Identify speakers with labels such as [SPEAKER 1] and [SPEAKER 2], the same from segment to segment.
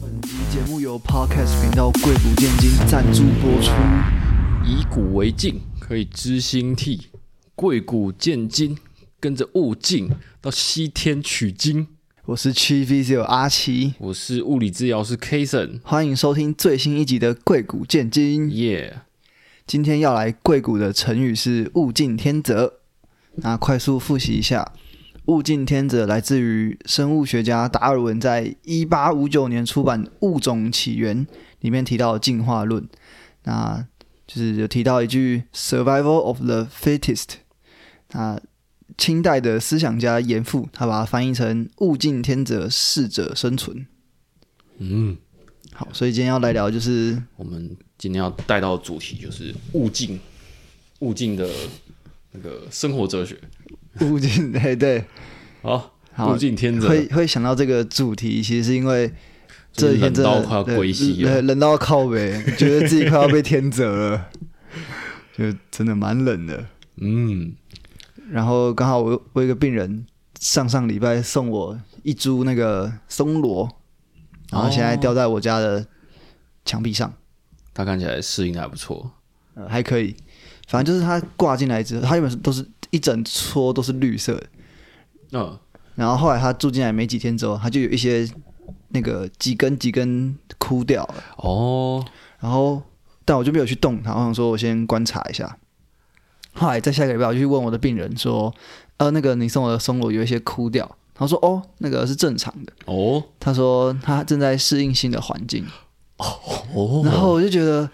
[SPEAKER 1] 本集节目由 Podcast 频道贵谷建金赞助播出。
[SPEAKER 2] 以古为镜，可以知兴替；贵古见今，跟着物镜到西天取经。
[SPEAKER 1] 我是七 V Z 阿奇，
[SPEAKER 2] 我是物理治疗师 Kason，
[SPEAKER 1] 欢迎收听最新一集的贵谷建金。
[SPEAKER 2] 耶！
[SPEAKER 1] 今天要来贵谷的成语是物竞天择。
[SPEAKER 2] 嗯
[SPEAKER 1] 那快速复习一下，物竞天择来自于生物学家达尔文在一八五九年出版《物种起源》里面提到的进化论。那就是有提到一句 “survival of the fittest”。那清代的思想家严复，他把它翻译成“物竞天择，适者生存
[SPEAKER 2] 嗯，”。
[SPEAKER 1] 好，所以今天要来聊就是
[SPEAKER 2] 我们今天要带到的主题就是物镜，物镜的那个生活哲学。
[SPEAKER 1] 物竞， 对对，
[SPEAKER 2] 好，
[SPEAKER 1] 好
[SPEAKER 2] 物竞天择，
[SPEAKER 1] 会会想到这个主题，其实是因为这
[SPEAKER 2] 就是
[SPEAKER 1] 几天
[SPEAKER 2] 冷
[SPEAKER 1] 真
[SPEAKER 2] 到
[SPEAKER 1] 的
[SPEAKER 2] 快要
[SPEAKER 1] 对
[SPEAKER 2] 归西
[SPEAKER 1] 冷
[SPEAKER 2] 了。
[SPEAKER 1] 冷到靠北，觉得自己快要被天择 了，就真的蛮冷的。
[SPEAKER 2] 嗯，
[SPEAKER 1] 然后刚好我有我有一个病人上上礼拜送我一株那个松萝，然后现在吊在我家的墙壁上，
[SPEAKER 2] 他看起来适应的还不错。
[SPEAKER 1] 呃还可以。反正就是它挂进来之后，它原本是都是一整撮都是绿色的，
[SPEAKER 2] 嗯，
[SPEAKER 1] 然后后来它住进来没几天之后，它就有一些那个几根几根枯掉了。
[SPEAKER 2] 哦，
[SPEAKER 1] 然后但我就没有去动它，我想说我先观察一下。后来在下个礼拜，我就去问我的病人说，呃，那个你送我的松萝有一些枯掉，他说哦，那个是正常的。
[SPEAKER 2] 哦，
[SPEAKER 1] 他说他正在适应新的环境，
[SPEAKER 2] 哦，
[SPEAKER 1] 然后我就觉得，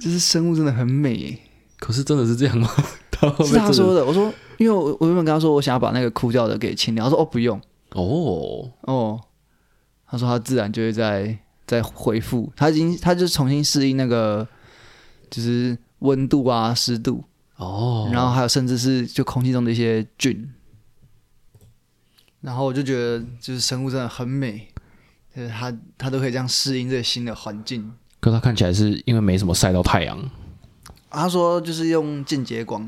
[SPEAKER 1] 就是生物真的很美耶，
[SPEAKER 2] 可是真的是这样吗？ 他会不会
[SPEAKER 1] 是他
[SPEAKER 2] 真的
[SPEAKER 1] 说的。我说，因为我我原本跟他说我想要把那个枯掉的给清掉，他说哦不用
[SPEAKER 2] 哦，
[SPEAKER 1] 哦，他说他自然就会在在恢复，他已经他就重新适应那个就是温度啊湿度，
[SPEAKER 2] 哦，
[SPEAKER 1] 然后还有甚至是就空气中的一些菌，然后我就觉得就是生物真的很美，就是它它都可以这样适应这个新的环境。
[SPEAKER 2] 可它看起来是因为没什么晒到太阳
[SPEAKER 1] 啊他说就是用间接光，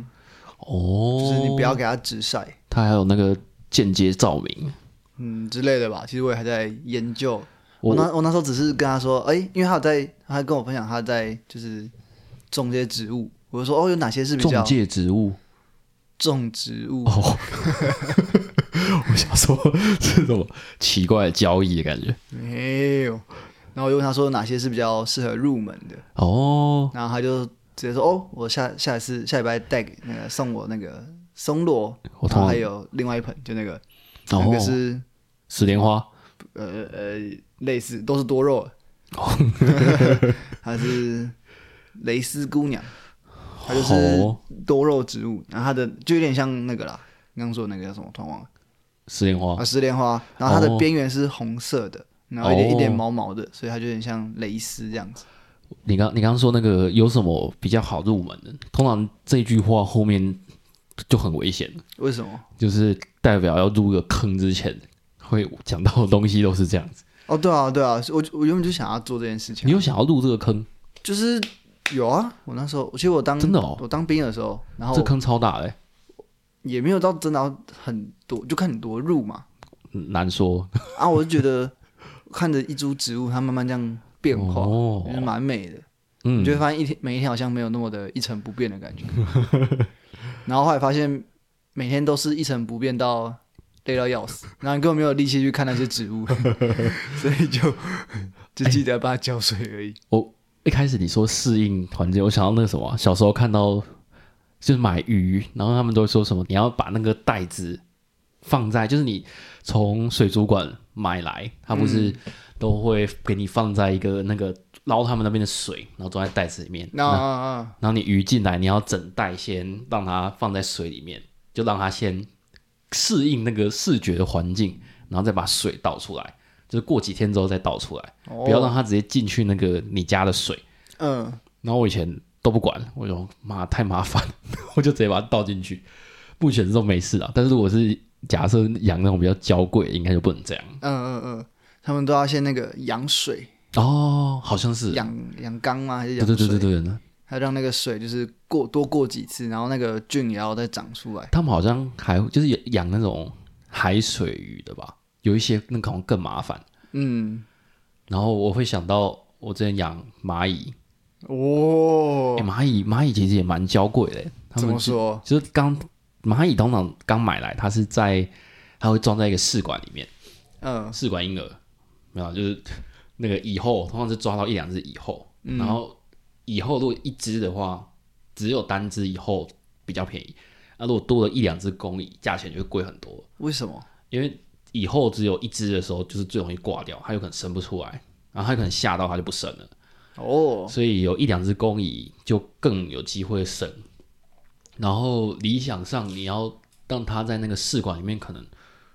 [SPEAKER 2] 哦
[SPEAKER 1] 就是你不要，给它直晒，
[SPEAKER 2] 它还有那个间接照明。
[SPEAKER 1] 嗯之类的吧。其实我也还在研究，
[SPEAKER 2] 我
[SPEAKER 1] 我那我那时候只是跟他说，哎、因为他有在，他跟我分享他在就是种这些植物，我就说哦有哪些是比
[SPEAKER 2] 中
[SPEAKER 1] 较
[SPEAKER 2] 介植物
[SPEAKER 1] 种植物，
[SPEAKER 2] 哦， 我想说是什么奇怪的交易的感觉
[SPEAKER 1] 没有。然后我就问他说哪些是比较适合入门的，
[SPEAKER 2] 哦，
[SPEAKER 1] 然后他就直接说：“哦，我下下一次下礼拜带给那个送我那个松萝，
[SPEAKER 2] 我
[SPEAKER 1] 然后
[SPEAKER 2] 通
[SPEAKER 1] 哦还有另外一盆，就那个、
[SPEAKER 2] 哦
[SPEAKER 1] 那个是
[SPEAKER 2] 石莲花
[SPEAKER 1] 呃呃类似都是多肉，
[SPEAKER 2] 哦
[SPEAKER 1] 它是蕾丝姑娘，它就是
[SPEAKER 2] 哦
[SPEAKER 1] 多肉植物，然后它的就有点像那个啦，你刚刚说的那个叫什么？我突然忘了
[SPEAKER 2] 石莲花
[SPEAKER 1] 啊，石莲花，然后它的
[SPEAKER 2] 哦
[SPEAKER 1] 边缘是红色的，然后一点、一点
[SPEAKER 2] 哦
[SPEAKER 1] 毛毛的，所以它就有点像蕾丝这样子。
[SPEAKER 2] 你刚你刚刚说那个有什么比较好入门的？通常这句话后面就很危险，
[SPEAKER 1] 为什么？
[SPEAKER 2] 就是代表要入个坑之前会讲到的东西都是这样子。
[SPEAKER 1] 哦，对啊，对啊，我我原本就想要做这件事情啊。
[SPEAKER 2] 你有想要入这个坑？
[SPEAKER 1] 就是有啊，我那时候，其实我当
[SPEAKER 2] 真的哦
[SPEAKER 1] 我当兵的时候，然
[SPEAKER 2] 这
[SPEAKER 1] 后
[SPEAKER 2] 坑超大的、欸，
[SPEAKER 1] 也没有到真的要很多，就看你多入嘛。
[SPEAKER 2] 嗯难说。
[SPEAKER 1] 啊，我就觉 得看着一株植物，它慢慢这样变化，
[SPEAKER 2] 哦
[SPEAKER 1] 就是蛮美的。
[SPEAKER 2] 嗯
[SPEAKER 1] 你就会发现一天每一天好像没有那么的一成不变的 感觉。然后后来发现每天都是一成不变到累到要死，然后你根本没有力气去看那些植 物，所以就就记得把它浇水而已。
[SPEAKER 2] 我一开始你说适应环境，我想到那个什么啊，小时候看到就是买鱼，然后他们都会说什么，你要把那个袋子放在，就是你从水族馆买来，它不是都会给你放在一个那个捞他们那边的水，然后装在袋子里面，
[SPEAKER 1] 那、啊啊啊
[SPEAKER 2] 然后你鱼进来，你要整袋先让它放在水里面，就让它先适应那个视觉的环境，然后再把水倒出来，就是过几天之后再倒出来，
[SPEAKER 1] 哦
[SPEAKER 2] 不要让它直接进去那个你家的水。
[SPEAKER 1] 嗯，
[SPEAKER 2] 然后我以前都不管，我就妈太麻烦， 我就直接把它倒进去。目前这种没事啊，但是如果是假设养那种比较娇贵的，应该就不能这样
[SPEAKER 1] 嗯嗯嗯，他们都要先那个养水，
[SPEAKER 2] 哦，好像是，
[SPEAKER 1] 养养缸吗？还是
[SPEAKER 2] 对
[SPEAKER 1] 养
[SPEAKER 2] 对
[SPEAKER 1] 水？
[SPEAKER 2] 对对对对，
[SPEAKER 1] 还让那个水就是过多过几次，然后那个菌也要再长出来。
[SPEAKER 2] 他们好像还就是养那种海水鱼的吧，有一些那个好像更麻烦。
[SPEAKER 1] 嗯，
[SPEAKER 2] 然后我会想到我之前养蚂蚁，
[SPEAKER 1] 哦
[SPEAKER 2] 诶，蚂蚁蚂蚁其实也蛮娇贵的，它
[SPEAKER 1] 怎
[SPEAKER 2] 哎们
[SPEAKER 1] 么说？
[SPEAKER 2] 就是刚蚂蚁通常刚买来，它是在它会装在一个试管里面，
[SPEAKER 1] 嗯，
[SPEAKER 2] 试管婴儿没有，啊就是那个蚁后通常是抓到一两只蚁后，然后蚁后如果一只的话，只有单只蚁后比较便宜，那、如果多了一两只公蚁，价钱就会贵很多，
[SPEAKER 1] 为什么？
[SPEAKER 2] 因为蚁后只有一只的时候，就是最容易挂掉，它有可能生不出来，然后它可能吓到它就不生了。
[SPEAKER 1] 哦，
[SPEAKER 2] 所以有一两只公蚁就更有机会生。然后理想上，你要让它在那个试管里面，可能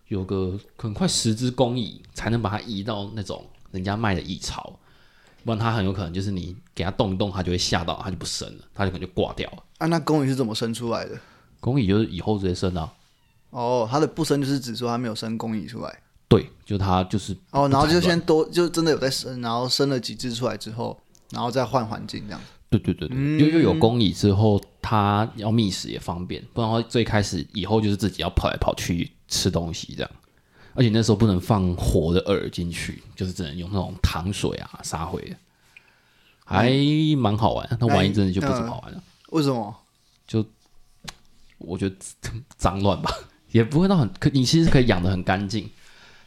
[SPEAKER 2] 有个可能快十只公蚁，才能把它移到那种人家卖的蚁巢，不然它很有可能就是你给它动一动，它就会吓到，它就不生了，它就可能就挂掉了。
[SPEAKER 1] 啊，那公蚁是怎么生出来的？
[SPEAKER 2] 公蚁就是以后直接生啊，
[SPEAKER 1] 哦，它的不生就是指说它没有生公蚁出来。
[SPEAKER 2] 对，就它就是
[SPEAKER 1] 哦，然后就
[SPEAKER 2] 不产卵
[SPEAKER 1] 先多，就真的有在生，然后生了几只出来之后，然后再换环境这样。
[SPEAKER 2] 对对对对，又又有公蚁之后，它要觅食也方便，不然的话最开始以后就是自己要跑来跑去吃东西这样。而且那时候不能放活的饵进去，就是只能用那种糖水啊、沙灰的，还蛮好玩。那玩一阵子就不怎么好玩了，
[SPEAKER 1] 为什 么？
[SPEAKER 2] 我觉得脏乱吧， 也不会到很。可你其实可以养的很干净，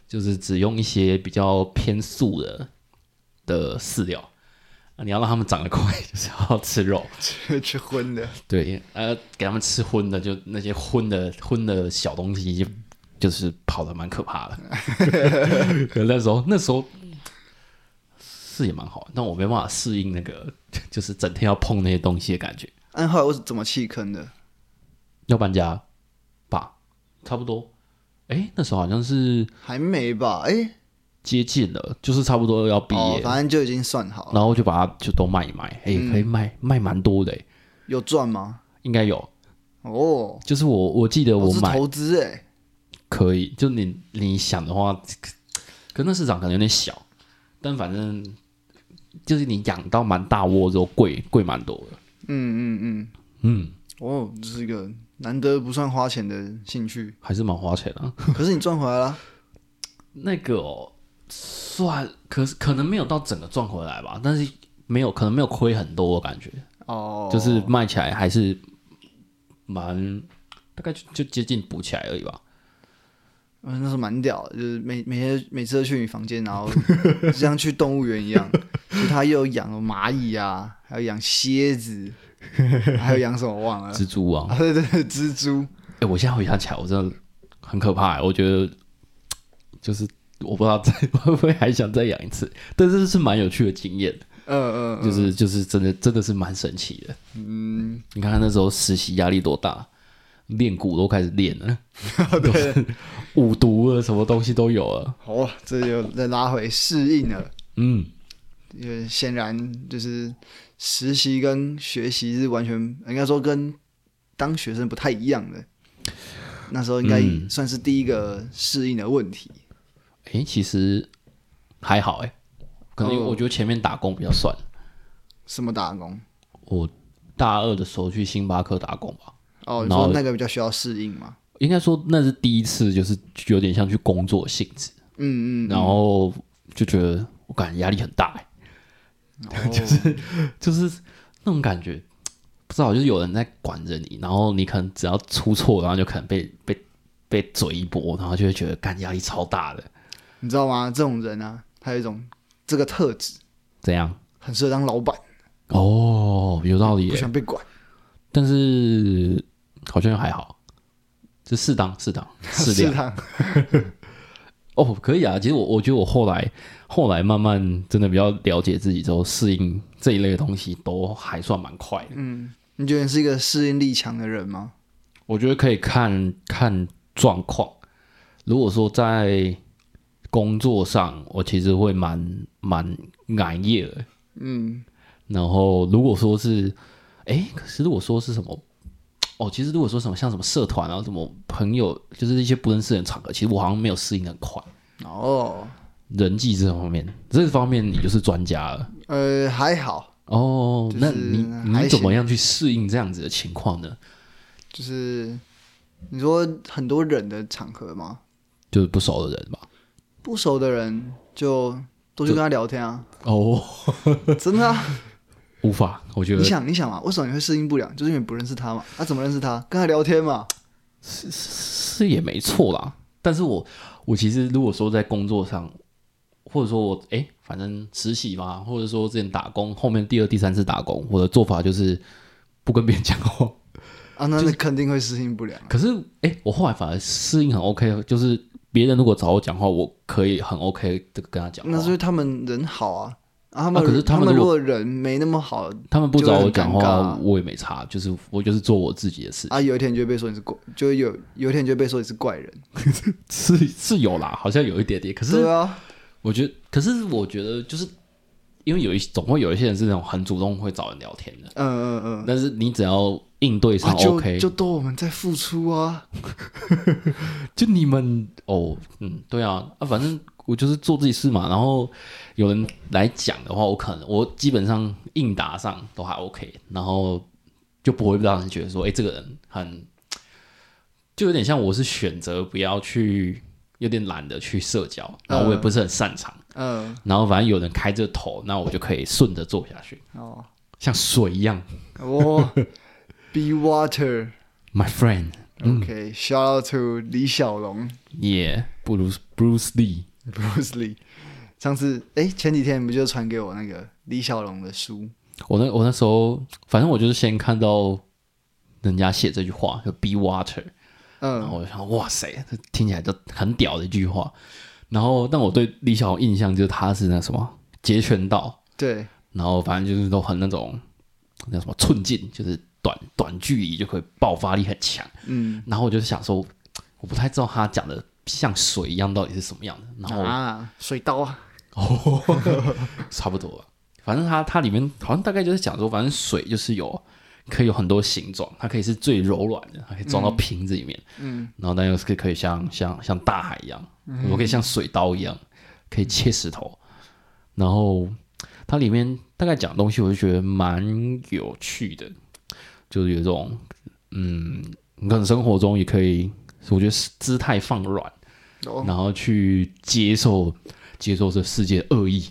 [SPEAKER 2] 就是只用一些比较偏素的的饲料。啊你要让它们长得快， 就是要吃肉。
[SPEAKER 1] 吃吃荤的。
[SPEAKER 2] 对，呃，给他们吃荤的，就那些荤的荤的小东西，就就是跑的蛮可 怕的。可能那时候那时候是也蛮好玩，但我没办法适应那个，就是整天要碰那些东西的感觉。
[SPEAKER 1] 那后来我是怎么弃坑的？
[SPEAKER 2] 要搬家吧，差不多。哎，那时候好像是
[SPEAKER 1] 还没吧？哎、
[SPEAKER 2] 接近了，就是差不多要毕
[SPEAKER 1] 哦
[SPEAKER 2] 业，，
[SPEAKER 1] 反正就已嗯经算好了。
[SPEAKER 2] 然后就把它就都卖一卖，哎，可以卖、卖蛮多的，诶
[SPEAKER 1] 有赚吗？
[SPEAKER 2] 应该有。
[SPEAKER 1] 哦，
[SPEAKER 2] 就是我我记得
[SPEAKER 1] 我
[SPEAKER 2] 我
[SPEAKER 1] 是
[SPEAKER 2] 买
[SPEAKER 1] 投资哎、
[SPEAKER 2] 可以，就你你想的话，可可那市场可能有点小，但反正就是你养到蛮大窝之后，贵贵蛮多的。
[SPEAKER 1] 嗯嗯嗯，
[SPEAKER 2] 嗯，
[SPEAKER 1] 哦，这是一个难得不算花钱的兴
[SPEAKER 2] ，
[SPEAKER 1] 趣
[SPEAKER 2] 还是蛮花钱的、
[SPEAKER 1] 可是你赚回来了。
[SPEAKER 2] 那个哦，算，可是可能没有到整个赚回来吧，但是没有，可能没有亏很多，我感觉、
[SPEAKER 1] 哦，
[SPEAKER 2] 就是卖起来还是蛮大概就就接近补起来而已吧。
[SPEAKER 1] 嗯，那时候蛮屌的，就是每每天每次都去你房间，然后 就像去动物园一 样，就他又养了蚂蚁啊，还有养蝎 子，还有养什么忘了，
[SPEAKER 2] 蜘蛛啊，
[SPEAKER 1] 啊对对对，蜘蛛，
[SPEAKER 2] 哎、我现在回想起来，我真的很可怕欸、我觉得就是我不知道 再会不会还想再养一次，但是是蛮有趣的经验，
[SPEAKER 1] 嗯嗯
[SPEAKER 2] 就
[SPEAKER 1] 嗯，
[SPEAKER 2] 是就是真的真的是蛮神奇的。嗯，你看他那时候实习压力多大，练鼓都开始练了，都是 五毒啊了，什么东西都有了。
[SPEAKER 1] 好、哦，这又再拉回适应了。
[SPEAKER 2] 嗯，
[SPEAKER 1] 因为显然就是实习跟学习是完全，应该说跟当学生不太一样的。那时候应该
[SPEAKER 2] 嗯
[SPEAKER 1] 算是第一个适应的问题。
[SPEAKER 2] 哎、其实还好哎、可能因为
[SPEAKER 1] 哦
[SPEAKER 2] 我觉得前面打工比较算，
[SPEAKER 1] 什么打工？
[SPEAKER 2] 我大二的时候去星巴克打工吧。
[SPEAKER 1] 哦，你
[SPEAKER 2] 然后
[SPEAKER 1] 说那个比较需要适应 嘛？
[SPEAKER 2] 应该说那是第一次，就是有点像去工作性质，
[SPEAKER 1] 嗯嗯，
[SPEAKER 2] 然后就觉得我感觉压力很大、欸，
[SPEAKER 1] 就是
[SPEAKER 2] 就是那种感觉，不知道就是有人在管着你，然后你可能只要出错，然后就可能被被被嘴一波，然后就会觉得干压力超大的，
[SPEAKER 1] 你知道吗？这种人啊，他有一种这个特质，
[SPEAKER 2] 怎样？
[SPEAKER 1] 很适合当老板，
[SPEAKER 2] 哦，有道理、
[SPEAKER 1] 不喜
[SPEAKER 2] 欸，
[SPEAKER 1] 欢被管。
[SPEAKER 2] 但是好像又还好，就适当适当适量
[SPEAKER 1] 是。他，
[SPEAKER 2] 哦，可以啊。其实我我觉得我后来后来慢慢真的比较了解自己之后，适应这一类的东西都还算蛮快的。
[SPEAKER 1] 嗯，你觉得你是一个适应力强的人吗？
[SPEAKER 2] 我觉得可以看看状况。如果说在工作上，我其实会蛮蛮安逸的。
[SPEAKER 1] 嗯，
[SPEAKER 2] 然后如果说是，哎，可是如果说是什么？哦，其实如果说什么像什么社团啊，什么朋友，就是一些不认识的场合，其实我好像没有适应的快。
[SPEAKER 1] 哦，
[SPEAKER 2] 人际这方面，这方面你就是专家了。
[SPEAKER 1] 呃，还好，
[SPEAKER 2] 哦，
[SPEAKER 1] 就是
[SPEAKER 2] 那你
[SPEAKER 1] 还行
[SPEAKER 2] 你怎么样去适应这样子的情况呢？
[SPEAKER 1] 就是你说很多人的场合吗？
[SPEAKER 2] 就是不熟的人吧，
[SPEAKER 1] 不熟的人就多去跟他聊天啊，
[SPEAKER 2] 哦，
[SPEAKER 1] 真的 啊！
[SPEAKER 2] 无法，我觉得
[SPEAKER 1] 你想，你想嘛，为什么你会适应不良？就是因为你不认识他嘛。他、怎么认识他？跟他聊天嘛。
[SPEAKER 2] 是也没错啦。但是我我其实如果说在工作上，或者说我哎、反正实习嘛，或者说之前打工，后面第二、第三次打工，我的做法就是不跟别人讲话。
[SPEAKER 1] 啊，那那肯定会适应不良。啊
[SPEAKER 2] 可是哎、我后来反而适应很 OK，就是别人如果找我讲话，我可以很 OK 的跟他讲话。
[SPEAKER 1] 那所以他们人好啊，啊他
[SPEAKER 2] 啊
[SPEAKER 1] 们、
[SPEAKER 2] 可是他
[SPEAKER 1] 他
[SPEAKER 2] 们
[SPEAKER 1] 们
[SPEAKER 2] 如
[SPEAKER 1] 如
[SPEAKER 2] 果
[SPEAKER 1] 果人没那么好
[SPEAKER 2] 他们不找我讲
[SPEAKER 1] 就会很尴
[SPEAKER 2] 话，
[SPEAKER 1] 尬
[SPEAKER 2] 我也没差，就是我就是做我自己的事，
[SPEAKER 1] 啊，有一天你就会被说你是怪，就会有有一天你就会被说你是怪人。
[SPEAKER 2] 是 是有啦，好像有一点点。可是
[SPEAKER 1] 对啊，
[SPEAKER 2] 我觉得，可是我觉得就是因为有一总会有一些人是那种很主动会找人聊天的，
[SPEAKER 1] 嗯嗯嗯。
[SPEAKER 2] 但是你只要应对上
[SPEAKER 1] 啊、就
[SPEAKER 2] OK，、
[SPEAKER 1] 就都我们在付出啊，
[SPEAKER 2] 就你们哦，嗯，对啊，啊，反正我就是做自己事嘛。然后有人来讲的话，我可能我基本上应答上都还 OK，然后就不会让人觉得说，哎，这个人很，就有点像我是选择不要去，有点懒得去社交，然后我也不是很擅长，
[SPEAKER 1] 嗯，
[SPEAKER 2] 然后反正有人开这头，那我就可以顺着做下去，
[SPEAKER 1] 哦，
[SPEAKER 2] 像水一样
[SPEAKER 1] 哦，Be Water，OK，Shout、
[SPEAKER 2] ，My friend，
[SPEAKER 1] out to 李小龙
[SPEAKER 2] 耶、yeah,，布鲁斯 Bruce Lee，
[SPEAKER 1] ，Bruce Lee。上次哎，前几天你不就传给我那个李小龙的书？
[SPEAKER 2] 我那我那时候，反正我就是先看到人家写这句话，就 “be water”，然
[SPEAKER 1] 嗯，
[SPEAKER 2] 后我就想，哇塞，这听起来就很屌的一句话。然后，但我对李小龙印象就是他是那什么截拳道，
[SPEAKER 1] 对，
[SPEAKER 2] 然后反正就是都很那种那什么寸劲，就是短短距离就可以爆发力很强。
[SPEAKER 1] 嗯，
[SPEAKER 2] 然后我就想说，我不太知道他讲的像水一样到底是什么样的。然后
[SPEAKER 1] 啊，水刀啊，
[SPEAKER 2] 差不多吧。反正它它里面好像大概就是讲说，反正水就是有可以有很多形状，它可以是最柔软的，它可以装到瓶子里面，
[SPEAKER 1] 嗯，
[SPEAKER 2] 然后但又是可以像像像大海一样，我可以像水刀一样，可以切石头。然后它里面大概讲的东西，我就觉得蛮有趣的，就是有一种嗯，你可能生活中也可以，我觉得是姿态放软，
[SPEAKER 1] 哦，
[SPEAKER 2] 然后去接受接受这世界的恶意，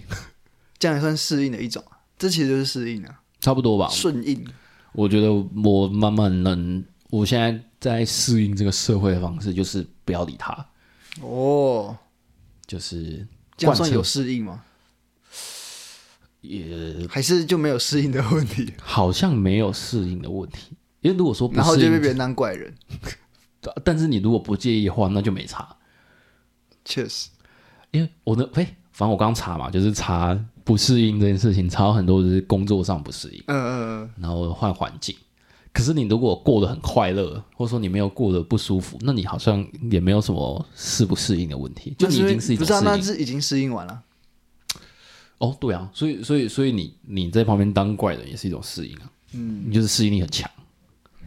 [SPEAKER 1] 这样也算适应的一种啊，这其实就是适应啊，
[SPEAKER 2] 差不多吧。
[SPEAKER 1] 顺应。
[SPEAKER 2] 我觉得我慢慢能，我现在在适应这个社会的方式，就是不要理他，
[SPEAKER 1] 哦，
[SPEAKER 2] 就是
[SPEAKER 1] 这样
[SPEAKER 2] 贯彻
[SPEAKER 1] 算有适应吗？
[SPEAKER 2] 也
[SPEAKER 1] 还是就没有适应的问题？
[SPEAKER 2] 好像没有适应的问题。因为如果说不
[SPEAKER 1] 然后
[SPEAKER 2] 适
[SPEAKER 1] 就
[SPEAKER 2] 应
[SPEAKER 1] 被别人当怪人，
[SPEAKER 2] 但是你如果不介意的话，那就没差。
[SPEAKER 1] 确实，
[SPEAKER 2] 因为我的哎，反正我刚查嘛，就是查不适应这件事情，查到很多就是工作上不适应，
[SPEAKER 1] 嗯嗯
[SPEAKER 2] 然后换环境。可是你如果过得很快乐，或者说你没有过得不舒服，那你好像也没有什么适不适应的问题，
[SPEAKER 1] 嗯，
[SPEAKER 2] 就
[SPEAKER 1] 那
[SPEAKER 2] 你已
[SPEAKER 1] 因为
[SPEAKER 2] 经是一
[SPEAKER 1] 不
[SPEAKER 2] 种
[SPEAKER 1] 是
[SPEAKER 2] 适
[SPEAKER 1] 啊？那
[SPEAKER 2] 应。
[SPEAKER 1] 是已经适应完了，
[SPEAKER 2] 哦，对啊，所以所以所以你你在旁边当怪人也是一种适应啊，嗯，你就是适应力很强，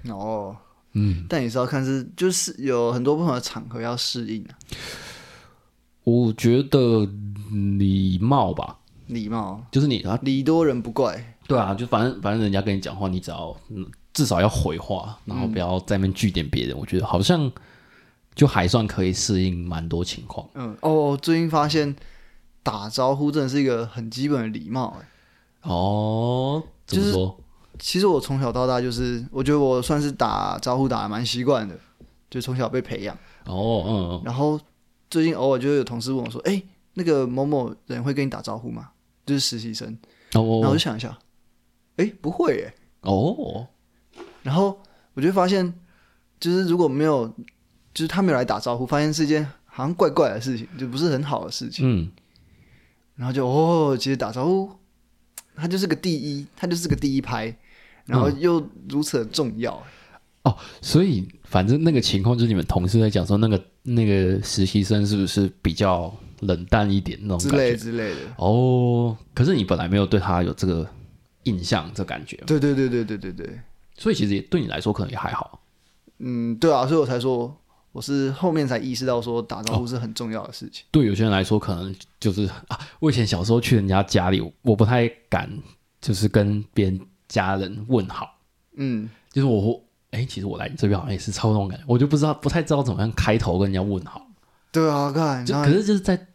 [SPEAKER 1] 哦，
[SPEAKER 2] 嗯，
[SPEAKER 1] 但也是要看是就是有很多不同的场合要适应啊，
[SPEAKER 2] 我觉得礼貌吧，
[SPEAKER 1] 礼貌，
[SPEAKER 2] 就是你啊，
[SPEAKER 1] 礼多人不怪，
[SPEAKER 2] 对啊，就反正反正人家跟你讲话，你只要嗯至少要回话，然后不要在那边据点别人，我觉得好像就还算可以适应蛮多情况，
[SPEAKER 1] 嗯，哦，最近发现打招呼真的是一个很基本的礼貌、欸，
[SPEAKER 2] 哦，怎
[SPEAKER 1] 就
[SPEAKER 2] 么
[SPEAKER 1] 是
[SPEAKER 2] 说？
[SPEAKER 1] 其实我从小到大就是，我觉得我算是打招呼打的蛮习惯的，就从小被培养。
[SPEAKER 2] 哦，嗯，
[SPEAKER 1] 然后最近偶尔就有同事问我说：“哎、那个某某人会跟你打招呼吗？”就是实习生。然后我
[SPEAKER 2] 哦
[SPEAKER 1] 就想一下，哎、不会耶。
[SPEAKER 2] 哦，
[SPEAKER 1] 然后我就发现，就是如果没有，就是他没有来打招呼，发现是一件好像怪怪的事情，就不是很好的事情。
[SPEAKER 2] 嗯，
[SPEAKER 1] 然后就哦，其实打招呼，他就是个第一，他就是个第一拍，然后又如此的重要。
[SPEAKER 2] 哦所以反正那个情况就是你们同事在讲说，那个那个实习生是不是比较冷淡一点那
[SPEAKER 1] 之
[SPEAKER 2] 种嗯感
[SPEAKER 1] 类
[SPEAKER 2] 觉？
[SPEAKER 1] 之类的，
[SPEAKER 2] 哦，可是你本来没有对他有这个印象、这感觉，
[SPEAKER 1] 对对对对对对对，
[SPEAKER 2] 所以其实也对你来说可能也还好。
[SPEAKER 1] 嗯，对啊，所以我才说我是后面才意识到说打招呼是很重要的事情。
[SPEAKER 2] 对有些人来说，可能就是啊，我以前小时候去人家家里，我不太敢，就是跟别人家人问好，
[SPEAKER 1] 嗯，
[SPEAKER 2] 就是我，哎，其实我来你这边好像也是差不多那种感觉，我就不知道，不太知道怎么样开头跟人家问好。
[SPEAKER 1] 对啊，看，
[SPEAKER 2] 就
[SPEAKER 1] 然
[SPEAKER 2] 可
[SPEAKER 1] 后
[SPEAKER 2] 是就是在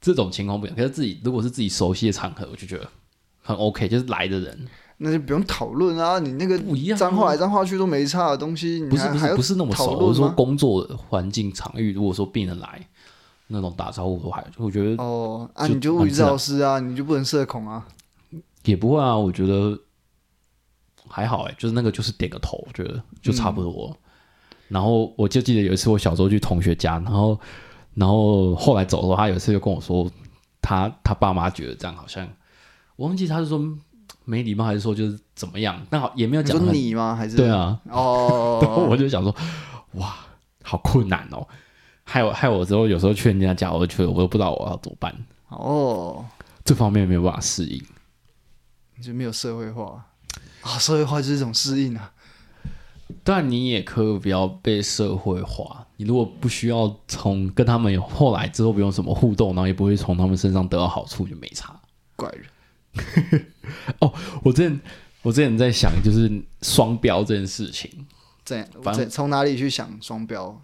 [SPEAKER 2] 这种情况不一样。可是自己如果是自己熟悉的场合，我就觉得很 OK，就是来的人
[SPEAKER 1] 那就不用讨论啊！你那个
[SPEAKER 2] 不一样啊
[SPEAKER 1] 脏话来脏话去都没差的东西，你
[SPEAKER 2] 不
[SPEAKER 1] 嗯
[SPEAKER 2] 是
[SPEAKER 1] 还还
[SPEAKER 2] 不是
[SPEAKER 1] 要
[SPEAKER 2] 不是那么熟，
[SPEAKER 1] 讨
[SPEAKER 2] 我
[SPEAKER 1] 论
[SPEAKER 2] 是说
[SPEAKER 1] 吗？
[SPEAKER 2] 工作环境场域，如果说病人来那种打招呼，我还我觉得
[SPEAKER 1] 哦，啊，
[SPEAKER 2] 就
[SPEAKER 1] 你就物理
[SPEAKER 2] 蛮
[SPEAKER 1] 治
[SPEAKER 2] 自然
[SPEAKER 1] 疗师啊，你就不能社恐啊？
[SPEAKER 2] 也不会啊，我觉得还好哎、就是那个就是点个头，我觉得就差不
[SPEAKER 1] 嗯
[SPEAKER 2] 多。然后我就记得有一次我小时候去同学家，然后然后后来走的时候，他有一次就跟我说，他他爸妈觉得这样好像，我忘记他是说没礼貌还是说就是怎么样，但好也没有
[SPEAKER 1] 你
[SPEAKER 2] 讲
[SPEAKER 1] 说
[SPEAKER 2] 得很
[SPEAKER 1] 你吗？还是
[SPEAKER 2] 对？啊， 然后
[SPEAKER 1] 哦，
[SPEAKER 2] 我就想说，哇，好困难哦。害我害我之后，有时候去人家家，我就觉得我都不知道我要怎么办，
[SPEAKER 1] 哦，
[SPEAKER 2] 这方面没有办法适应。
[SPEAKER 1] 你就没有社会化啊？社会化就是一种适应啊。
[SPEAKER 2] 但你也可以不要被社会化。你如果不需要从跟他们有后来之后不用什么互动，然后也不会从他们身上得到好处，就没差。
[SPEAKER 1] 怪人，
[SPEAKER 2] 我之前我之前在想，就是双标这件事情，
[SPEAKER 1] 怎样？
[SPEAKER 2] 反
[SPEAKER 1] 怎从哪里去想双标？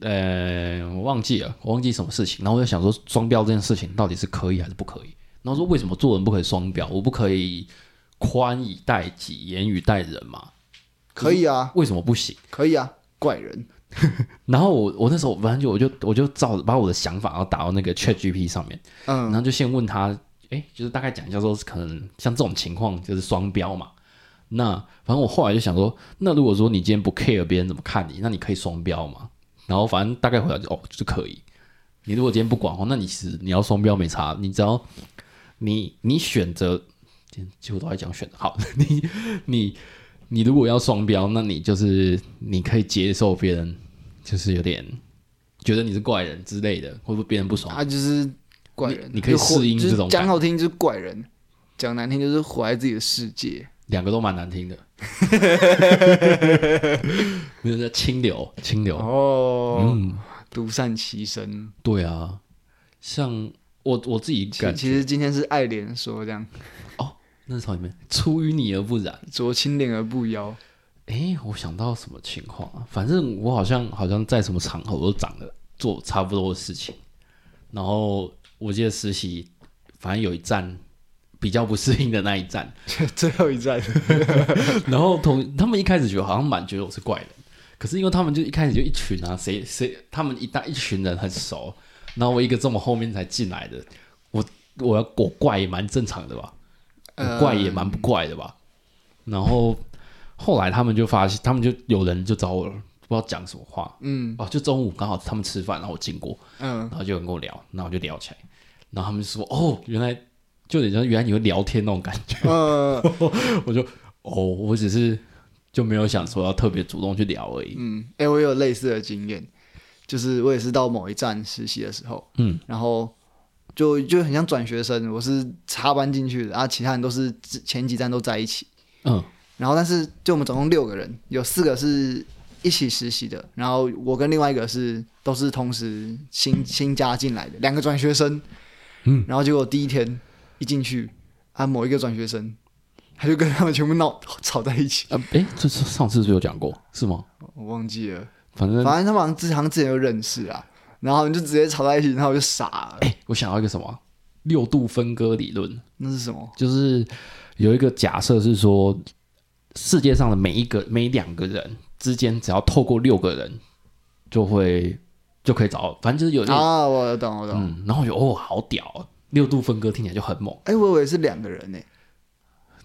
[SPEAKER 2] 呃，我忘记了，我忘记什么事情。然后我就想说，双标这件事情到底是可以还是不可以？然后说为什么做人不可以双标？我不可以宽以待己，严以待人嘛？
[SPEAKER 1] 可以啊，
[SPEAKER 2] 为什么不行？
[SPEAKER 1] 可以啊，怪人。
[SPEAKER 2] 然后我我那时候反正就我就我就照把我的想法，然后打到那个 Chat GP 上面。然
[SPEAKER 1] 嗯，
[SPEAKER 2] 后就先问他，哎，就是大概讲一下说，可能像这种情况就是双标嘛。那反正我后来就想说，那如果说你今天不 care 别人怎么看你，那你可以双标嘛。然后反正大概回答就哦，就是可以。你如果今天不管哦，那你其实你要双标没差，你只要你你选择，几乎都在讲选择。好， 你你你如果要双标，那你就是你可以接受别人就是有点觉得你是怪人之类的，会不会别人不爽？
[SPEAKER 1] 他就是怪人
[SPEAKER 2] 哦你。你可以
[SPEAKER 1] 就活
[SPEAKER 2] 适应
[SPEAKER 1] 就是
[SPEAKER 2] 这种感
[SPEAKER 1] 讲好听就是怪人，讲难听就是活在自己的世界。
[SPEAKER 2] 两个都蛮难听的，没有叫清流，清流，
[SPEAKER 1] 哦，
[SPEAKER 2] 嗯，
[SPEAKER 1] 独善其身。
[SPEAKER 2] 对啊，像我我自己
[SPEAKER 1] 其
[SPEAKER 2] 感
[SPEAKER 1] 其实今天是爱莲说这样，
[SPEAKER 2] 那是从里面出淤泥而不染。
[SPEAKER 1] 濯清涟而不 妖。
[SPEAKER 2] 诶，我想到什么情况啊？反正我好像好像在什么场合我都长得做差不多的事情，然后我记得实习，反正有一站比较不适应的那一站，
[SPEAKER 1] 最后一站，
[SPEAKER 2] 然后同他们一开始觉得好像蛮觉得我是怪人，可是因为他们就一开始就一群啊，谁谁他们一大一群人很熟，然后我一个这么后面才进来的，我我要我怪也蛮正常的吧，我
[SPEAKER 1] 呃
[SPEAKER 2] 怪也蛮不怪的吧。然后后来他们就发现，他们就有人就找我了，不知道讲什么话，
[SPEAKER 1] 嗯
[SPEAKER 2] 哦，就中午刚好他们吃饭，然后我经过，
[SPEAKER 1] 嗯，
[SPEAKER 2] 然后就有人跟我聊，然后我就聊起来，然后他们就说哦，原来就有点像原来你会聊天那种感觉。
[SPEAKER 1] 呃，
[SPEAKER 2] 我就哦，我只是就没有想说要特别主动去聊而已。
[SPEAKER 1] 嗯，哎、我有类似的经验，就是我也是到某一站实习的时候，
[SPEAKER 2] 嗯，
[SPEAKER 1] 然后就就很像转学生，我是插班进去的，啊，其他人都是之前几站都在一起，
[SPEAKER 2] 嗯
[SPEAKER 1] 然后但是就我们总共六个人，有四个是一起实习的，然后我跟另外一个是都是同时新新加进来的，两个转学生，
[SPEAKER 2] 嗯，
[SPEAKER 1] 然后结果第一天一进去，啊，某一个转学生。他就跟他们全部闹吵在一起，
[SPEAKER 2] 呃，诶，这是上次是有讲过是吗？
[SPEAKER 1] 我忘记了。
[SPEAKER 2] 反正
[SPEAKER 1] 反正他们好像之好像之前就认识啊，然后你就直接吵在一起，然后我就傻了。
[SPEAKER 2] 诶，我想到一个什么六度分割理论，
[SPEAKER 1] 那是什么？
[SPEAKER 2] 就是有一个假设是说，世界上的每一个每两个人之间，只要透过六个人，就会就可以找到，反正就是有点、
[SPEAKER 1] 啊，我懂，我懂。
[SPEAKER 2] 嗯，然后我就哦，好屌哦、六度分割听起来就很猛，
[SPEAKER 1] 哎、我以为是两个人呢、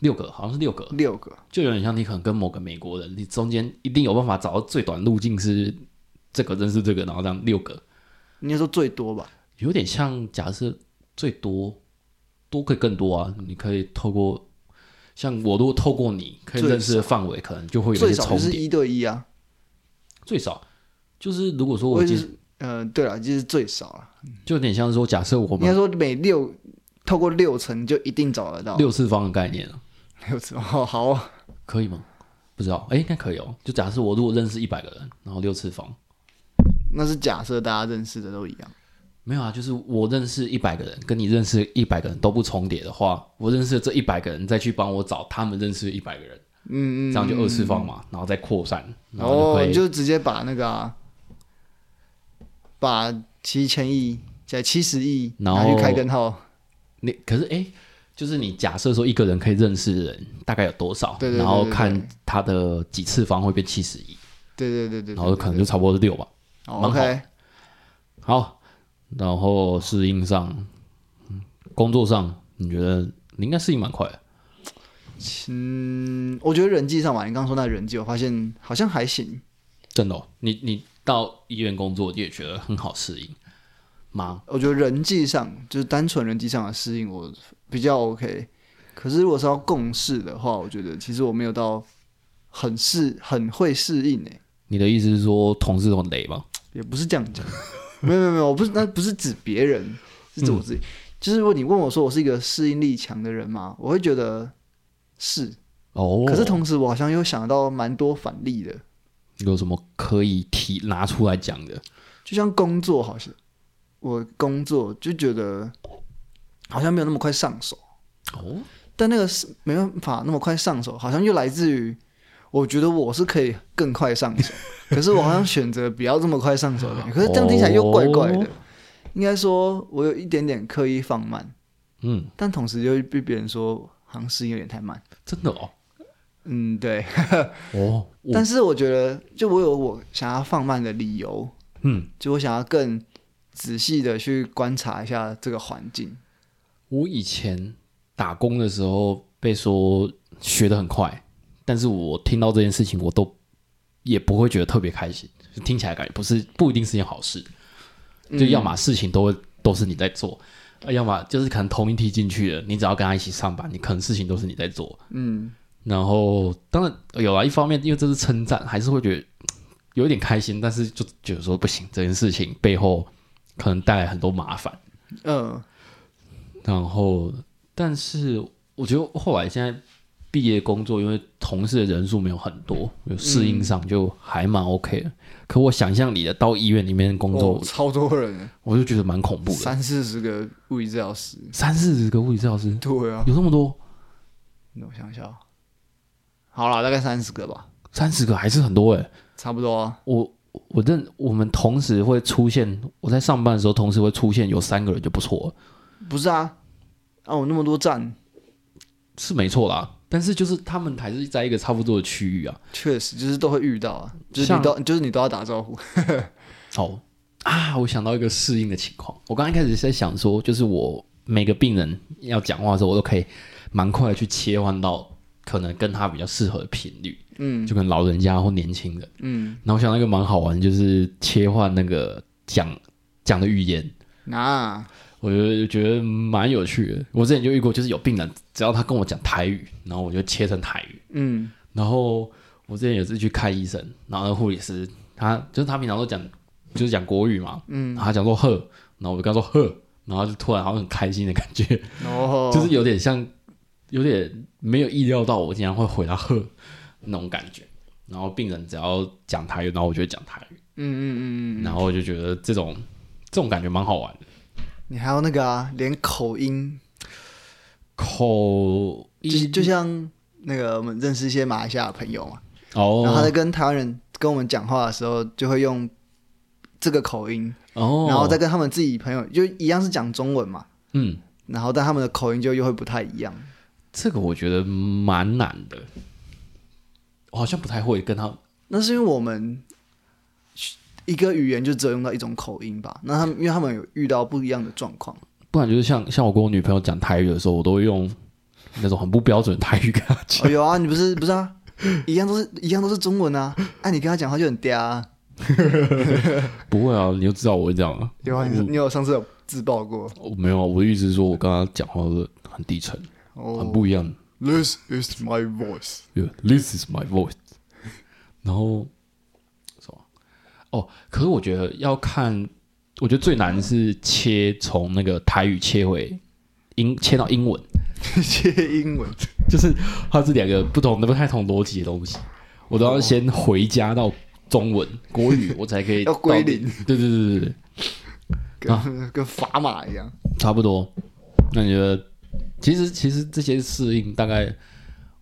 [SPEAKER 2] 六个好像是六个，
[SPEAKER 1] 六个。
[SPEAKER 2] 就有点像你可能跟某个美国人，你中间一定有办法找到最短路径是这个认识这个，然后这样六个，
[SPEAKER 1] 应该说最多吧？
[SPEAKER 2] 有点像假设最多多可以更多啊，你可以透过像我如果透过你可以认识的范围，可能就会有
[SPEAKER 1] 最
[SPEAKER 2] 一些
[SPEAKER 1] 少就
[SPEAKER 2] 重
[SPEAKER 1] 是
[SPEAKER 2] 叠，
[SPEAKER 1] 一对一啊。
[SPEAKER 2] 最少。就是如果说
[SPEAKER 1] 我
[SPEAKER 2] 我
[SPEAKER 1] 也
[SPEAKER 2] 今
[SPEAKER 1] 是，呃，对了，就是最少了。
[SPEAKER 2] 就有点像是说，假设我
[SPEAKER 1] 应该
[SPEAKER 2] 们
[SPEAKER 1] 说每六透过六层就一定找得到
[SPEAKER 2] 六次方的概念啊，
[SPEAKER 1] 六层。哦，好哦，
[SPEAKER 2] 可以吗？不知道，哎，应该可以哦。就假设我如果认识一百个人，然后六次方，
[SPEAKER 1] 那是假设大家认识的都一样。
[SPEAKER 2] 没有啊，就是我认识一百个人，跟你认识一百个人都不重叠的话，我认识的这一百个人再去帮我找他们认识一百个人，
[SPEAKER 1] 嗯嗯。
[SPEAKER 2] 这样就二次方嘛，然后再扩散，然后就
[SPEAKER 1] 哦，
[SPEAKER 2] 会、
[SPEAKER 1] 你就直接把那个、啊、把七千亿在七十亿
[SPEAKER 2] 然后
[SPEAKER 1] 拿去开根号，
[SPEAKER 2] 你可是哎、诶就是你假设说一个人可以认识的人大概有多少，
[SPEAKER 1] 对对对
[SPEAKER 2] 然后
[SPEAKER 1] 对对
[SPEAKER 2] 看他的几次方会变七十亿，
[SPEAKER 1] 对对对对，哦
[SPEAKER 2] 然后可能就差不多是六吧。蛮好
[SPEAKER 1] OK，
[SPEAKER 2] 好，然后适应上，嗯工作上，你觉得你应该适应蛮快的。
[SPEAKER 1] 嗯，我觉得人际上嘛，你刚刚说那人际，我发现好像还行，
[SPEAKER 2] 真的、哦，你你到医院工作，你也觉得很好适应吗？
[SPEAKER 1] 我觉得人际上就是单纯人际上的适应，我比较 OK。可是如果是要共事的话，我觉得其实我没有到很适很会适应诶、
[SPEAKER 2] 你的意思是说同事都很雷吗？
[SPEAKER 1] 也不是这样讲，没有没有没有，我不是那不是指别人，是指我自己。就是如果你问我说我是一个适应力强的人吗？我会觉得是，
[SPEAKER 2] 哦，
[SPEAKER 1] 可是同时我好像又想到蛮多反例的，
[SPEAKER 2] 有什么可以提拿出来讲的？
[SPEAKER 1] 就像工作好像我工作就觉得好像没有那么快上手。
[SPEAKER 2] 哦，
[SPEAKER 1] 但那个是没办法那么快上手，好像又来自于我觉得我是可以更快上 手，可是我好像选择不要这么快上手的感觉，可是这样听起来又怪怪的。
[SPEAKER 2] 哦
[SPEAKER 1] 应该说我有一点点刻意放慢，
[SPEAKER 2] 嗯，
[SPEAKER 1] 但同时又被别人说好像适应有点太慢。
[SPEAKER 2] 真的哦，
[SPEAKER 1] 嗯，对。
[SPEAKER 2] 哦，我
[SPEAKER 1] 但是我觉得，就我有我想要放慢的理由，
[SPEAKER 2] 嗯，
[SPEAKER 1] 就我想要更仔细的去观察一下这个环境。
[SPEAKER 2] 我以前打工的时候被说学得很快，但是我听到这件事情，我都也不会觉得特别开心，就听起来感觉不是不一定是件好事，
[SPEAKER 1] 嗯
[SPEAKER 2] 就要么事情都会都是你在做，呃要么就是可能同一梯进去的，你只要跟他一起上班，你可能事情都是你在做。
[SPEAKER 1] 嗯，
[SPEAKER 2] 然后当然有啊，一方面因为这是称赞，还是会觉得嘖有点开心，但是就觉得说不行，这件事情背后可能带来很多麻烦。
[SPEAKER 1] 呃，
[SPEAKER 2] 然后，但是我觉得后来现在毕业工作，因为同事的人数没有很多，有适
[SPEAKER 1] 嗯
[SPEAKER 2] 应上就还蛮 OK 的。可我想象里的到医院里面工作，
[SPEAKER 1] 哦超多人，
[SPEAKER 2] 我就觉得蛮恐怖的，
[SPEAKER 1] 三四十个物理治疗师。
[SPEAKER 2] 三四十个物理治疗师
[SPEAKER 1] 对啊，
[SPEAKER 2] 有这么多，
[SPEAKER 1] 那我想想啊，好了，大概三十个吧，
[SPEAKER 2] 三十个还是很多诶、
[SPEAKER 1] 差不多啊。
[SPEAKER 2] 我我认我们同时会出现，我在上班的时候同时会出现有三个人就不错了，
[SPEAKER 1] 不是啊，啊，我那么多站，
[SPEAKER 2] 是没错啦。但是就是他们还是在一个差不多的区域啊。
[SPEAKER 1] 确实就是都会遇到啊，就是
[SPEAKER 2] 像
[SPEAKER 1] 你都就是你都要打招呼。
[SPEAKER 2] 哦啊，我想到一个适应的情况。我刚刚一开始是在想说，就是我每个病人要讲话的时候，我都可以蛮快的去切换到可能跟他比较适合的频率，
[SPEAKER 1] 嗯
[SPEAKER 2] 就跟老人家或年轻人。
[SPEAKER 1] 嗯，
[SPEAKER 2] 然后我想到一个蛮好玩的，就是切换那个讲讲的语言。
[SPEAKER 1] 那、
[SPEAKER 2] 我就觉得蛮有趣的。我之前就遇过，就是有病人，只要他跟我讲台语，然后我就切成台语。
[SPEAKER 1] 嗯
[SPEAKER 2] 然后我之前也是去看医生，然后那护理师他就是他平常都讲就是讲国语嘛，
[SPEAKER 1] 嗯，
[SPEAKER 2] 然后他讲说呵，然后我就跟他说呵，然后他就突然好像很开心的感觉，
[SPEAKER 1] 然后
[SPEAKER 2] 就是有点像有点没有意料到我竟然会回答呵那种感觉。然后病人只要讲台语，然后我就会讲台语，
[SPEAKER 1] 嗯嗯嗯嗯，
[SPEAKER 2] 然后我就觉得这种这种感觉蛮好玩的。
[SPEAKER 1] 你还有那个啊，连口音，
[SPEAKER 2] 口
[SPEAKER 1] 就
[SPEAKER 2] 音
[SPEAKER 1] 就像那个我们认识一些马来西亚的朋友嘛，
[SPEAKER 2] 哦，
[SPEAKER 1] 然后他在跟台湾人跟我们讲话的时候，就会用这个口音，
[SPEAKER 2] 哦，
[SPEAKER 1] 然后再跟他们自己朋友就一样是讲中文嘛，
[SPEAKER 2] 嗯，
[SPEAKER 1] 然后但他们的口音就又会不太一样。
[SPEAKER 2] 这个我觉得蛮难的，我好像不太会跟他
[SPEAKER 1] 那是因为我们一个语言就只有用到一种口音吧？那他们因为他们有遇到不一样的状况，
[SPEAKER 2] 不然就是像像我跟我女朋友讲台语的时候，我都会用那种很不标准的台语跟她讲。
[SPEAKER 1] 哦有啊，你不是不是啊，一样都是一样都是中文啊，啊你跟他讲话就很嗲、啊，
[SPEAKER 2] 不会啊，你就知道我会这样啊。
[SPEAKER 1] 有啊，你你有上次有自爆过
[SPEAKER 2] 我没有啊，我的意思是说我跟她讲话是很低沉，很
[SPEAKER 1] 哦、
[SPEAKER 2] 不一样。
[SPEAKER 1] t h i s is my voice，
[SPEAKER 2] Yeah, This is my voice。然后什么？哦，可是我觉得要看，我觉得最难是切从那个台语切回英，切到英文。
[SPEAKER 1] 接英文，
[SPEAKER 2] 就是它是两个不同的、不太同逻辑的东西，我都要先回家到中文、国语，我才可 以
[SPEAKER 1] 要归零
[SPEAKER 2] 到。对对对对对，
[SPEAKER 1] 跟、跟砝码一样。
[SPEAKER 2] 差不多。那你觉得，其实其实这些适应，大概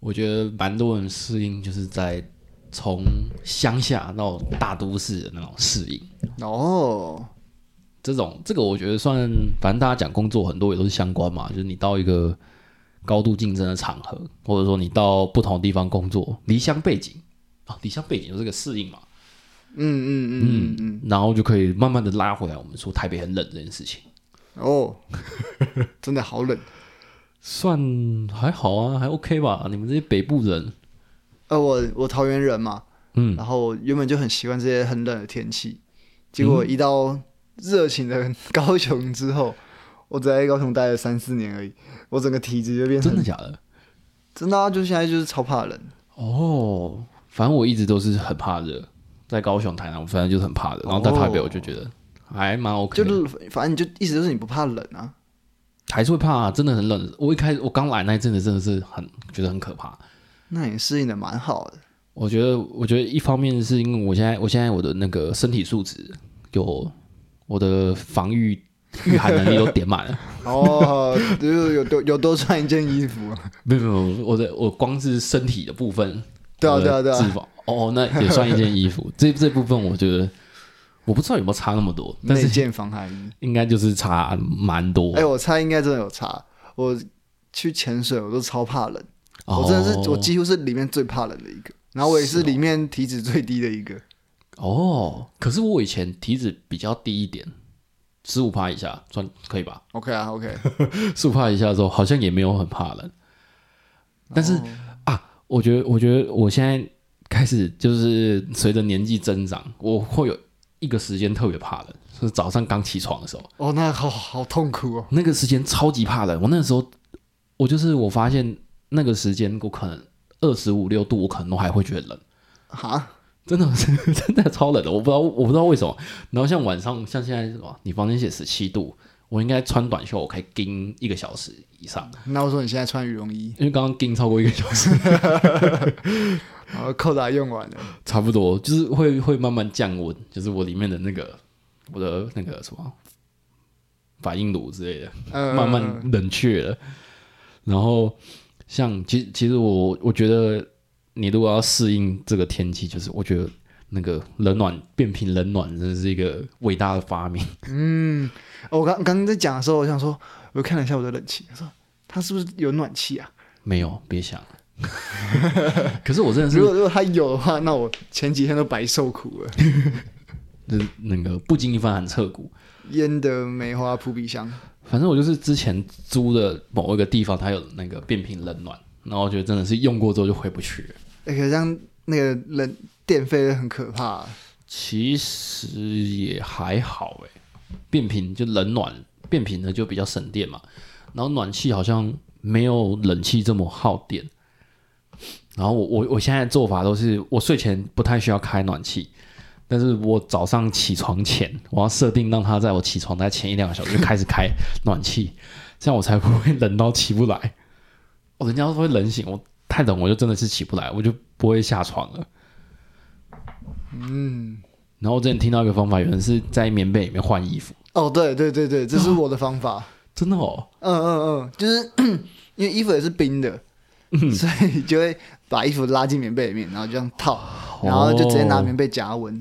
[SPEAKER 2] 我觉得蛮多人适应，就是在从乡下到大都市的那种适应。
[SPEAKER 1] 哦，
[SPEAKER 2] 这种这个我觉得算，反正大家讲工作很多也都是相关嘛，就是你到一个高度竞争的场合，或者说你到不同地方工作，离乡背景啊，离乡背景就是个适应嘛，
[SPEAKER 1] 嗯嗯嗯嗯
[SPEAKER 2] 然后就可以慢慢的拉回来。我们说台北很冷这件事情，
[SPEAKER 1] 嗯，哦， 真的好冷。
[SPEAKER 2] 算还好啊，还 OK 吧？你们这些北部人，
[SPEAKER 1] 呃，我我桃园人嘛，
[SPEAKER 2] 嗯，
[SPEAKER 1] 然后原本就很习惯这些很冷的天气，结
[SPEAKER 2] 嗯
[SPEAKER 1] 果一到热情的高雄之后，我只在高雄待了三四年而已，我整个体质就变成
[SPEAKER 2] 真的假的？
[SPEAKER 1] 真的啊，就现在就是超怕冷。
[SPEAKER 2] 哦，反正我一直都是很怕热，在高雄、台南，我反正就是很怕热，然后到台北我就觉得还蛮 OK，
[SPEAKER 1] 就
[SPEAKER 2] 的
[SPEAKER 1] 是反正你就意思就是你不怕冷啊，
[SPEAKER 2] 还是会怕、真的很冷。我一开始我刚来那一阵子真的是很觉得很可怕。
[SPEAKER 1] 那你适应的蛮好 的。
[SPEAKER 2] 我觉得，我觉得一方面是因为我现在我现在我的那个身体素质有我的防御御寒能力都点 满了。
[SPEAKER 1] 哦，就是有多有多穿一件衣服，啊
[SPEAKER 2] 没有没有，没有我的我光是身体的部分，
[SPEAKER 1] 对啊
[SPEAKER 2] 我的
[SPEAKER 1] 对啊对啊
[SPEAKER 2] 脂肪哦，那也算一件衣 服。这这部分我觉得我不知道有没有差那么多，但
[SPEAKER 1] 那
[SPEAKER 2] 是
[SPEAKER 1] 件防寒衣。
[SPEAKER 2] 应该就是差蛮多。
[SPEAKER 1] 哎、我猜应该真的有差。我去潜水，我都超怕冷，
[SPEAKER 2] 哦
[SPEAKER 1] 我真的是我几乎是里面最怕冷的一个，然后我也是里面体脂最低的一个。
[SPEAKER 2] 哦，可是我以前体脂比较低一点，十五趴以下算可以吧？
[SPEAKER 1] OK 啊，OK，
[SPEAKER 2] 十五趴以下的时候好像也没有很怕冷，但是、啊，我觉得我觉得我现在开始就是随着年纪增长，我会有一个时间特别怕冷，是早上刚起床的时候。
[SPEAKER 1] 哦，那好好痛苦哦。
[SPEAKER 2] 那个时间超级怕冷。我那时候，我就是我发现那个时间，我可能二十五六度，我可能都还会觉得冷，
[SPEAKER 1] 哈，
[SPEAKER 2] 真的 真的超冷的。我不知道我不知道为什么。然后像晚上，像现在什么，你房间写十七度，我应该穿短袖，我可以盯一个小时以上，
[SPEAKER 1] 那我说你现在穿羽绒衣，
[SPEAKER 2] 因为刚刚盯超过一个小 时，
[SPEAKER 1] 然后扣打用完了，
[SPEAKER 2] 差不多就是会会慢慢降温，就是我里面的那个我的那个什么反应炉之类的。
[SPEAKER 1] 呃，
[SPEAKER 2] 慢慢冷却了。然后像其其实我我觉得你如果要适应这个天气，就是我觉得那个冷暖变频冷暖真的是一个伟大的发明。
[SPEAKER 1] 哦我刚刚刚在讲的时候，我想说，我看了一下我的冷气，我说它是不是有暖气啊？
[SPEAKER 2] 没有，别想 了。可是我真的是
[SPEAKER 1] 如果如果它有的话，那我前几天都白受苦了，
[SPEAKER 2] 就是那个不经一番寒彻骨。
[SPEAKER 1] 腌的梅花扑鼻香。
[SPEAKER 2] 反正我就是之前租的某一个地方，它有那个变频冷暖，然后我觉得真的是用过之后就回不去了。
[SPEAKER 1] 那个让那个冷电费很可怕、啊
[SPEAKER 2] 其实也还好诶，变频就冷暖变频的就比较省电嘛，然后暖气好像没有冷气这么耗电。然后我我我现在的做法都是，我睡前不太需要开暖气，但是我早上起床前，我要设定让它在我起床在前一两个小时就开始开暖气， 这样我才不会冷到起不来。哦，人家都会冷醒，我太冷我就真的是起不来，我就不会下床了。然后我之前听到一个方法，有人是在棉被里面换衣服，
[SPEAKER 1] 哦，对对对对，这
[SPEAKER 2] 哦
[SPEAKER 1] 是我的方法。
[SPEAKER 2] 真的哦，
[SPEAKER 1] 嗯嗯嗯，就是 因为衣服也是冰的，
[SPEAKER 2] 嗯
[SPEAKER 1] 所以就会把衣服拉进棉被里面，然后就这样套，
[SPEAKER 2] 哦
[SPEAKER 1] 然后就直接拿棉被夹温，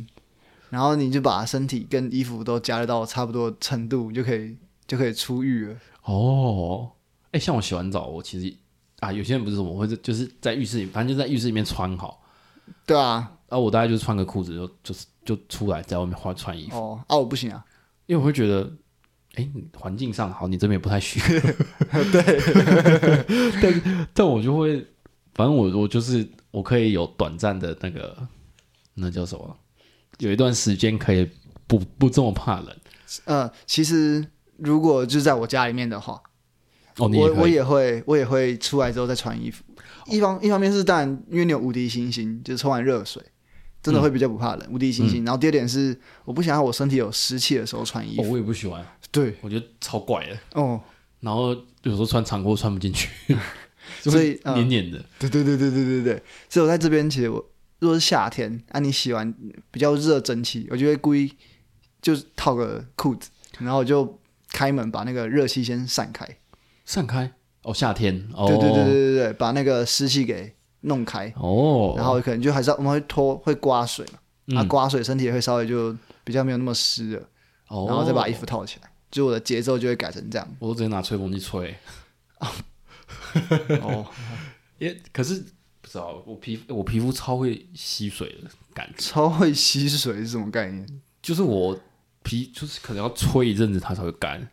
[SPEAKER 1] 然后你就把身体跟衣服都加热到差不多程度，你就可以就可以出浴了。
[SPEAKER 2] 哦，哎，像我洗完澡，我其实啊，有些人不是什么，或者就是在浴室里，反正就在浴室里面穿好，
[SPEAKER 1] 对啊，
[SPEAKER 2] 然、啊、后我大概就穿个裤子就就是就出来，在外面换穿衣服，
[SPEAKER 1] 哦啊，我不行啊，
[SPEAKER 2] 因为我会觉得，哎，你环境上好，你这边也不太需要， 对， 但但我就会，反正我我就是我可以有短暂的那个那叫什么，有一段时间可以不不这么怕冷。
[SPEAKER 1] 嗯，其实如果就是在我家里面的话，
[SPEAKER 2] 哦，你也
[SPEAKER 1] 我
[SPEAKER 2] 可以哦
[SPEAKER 1] 我也会，我也会出来之后再穿衣服。一方一方面是当然，因为你有无敌星星，就是冲完热水，真的
[SPEAKER 2] 嗯
[SPEAKER 1] 会比较不怕冷。无敌星星。然后第二点是，我不想要我身体有湿气的时候穿衣
[SPEAKER 2] 哦
[SPEAKER 1] 服。，
[SPEAKER 2] 我也不喜欢，
[SPEAKER 1] 对，
[SPEAKER 2] 我觉得超怪的。
[SPEAKER 1] 哦，
[SPEAKER 2] 然后有时候穿长裤穿不进去，就
[SPEAKER 1] 所以
[SPEAKER 2] 会
[SPEAKER 1] 呃
[SPEAKER 2] 黏黏的。
[SPEAKER 1] 对对对对对对对。所以我在这边，其实我如果是夏天，啊，你洗完比较热蒸汽，我就会故意就是套个裤子，然后我就开门把那个热气先散开。
[SPEAKER 2] 散开哦，夏天哦，
[SPEAKER 1] 对对对对对对，把那个湿气给弄开。
[SPEAKER 2] 哦，嗯
[SPEAKER 1] 然后可能就还是要我们会拖会刮水嘛，啊，刮水身体也会稍微就比较没有那么湿了，
[SPEAKER 2] 哦，
[SPEAKER 1] 然后再把衣服套起来，就我的节奏就会改成这样。
[SPEAKER 2] 我都直接拿吹风机吹。
[SPEAKER 1] 哦，
[SPEAKER 2] 也可是不知道，我皮我皮肤超会吸水的感觉，
[SPEAKER 1] 超会吸水是什么概念？
[SPEAKER 2] 就是我皮就是可能要吹一阵子它才会干，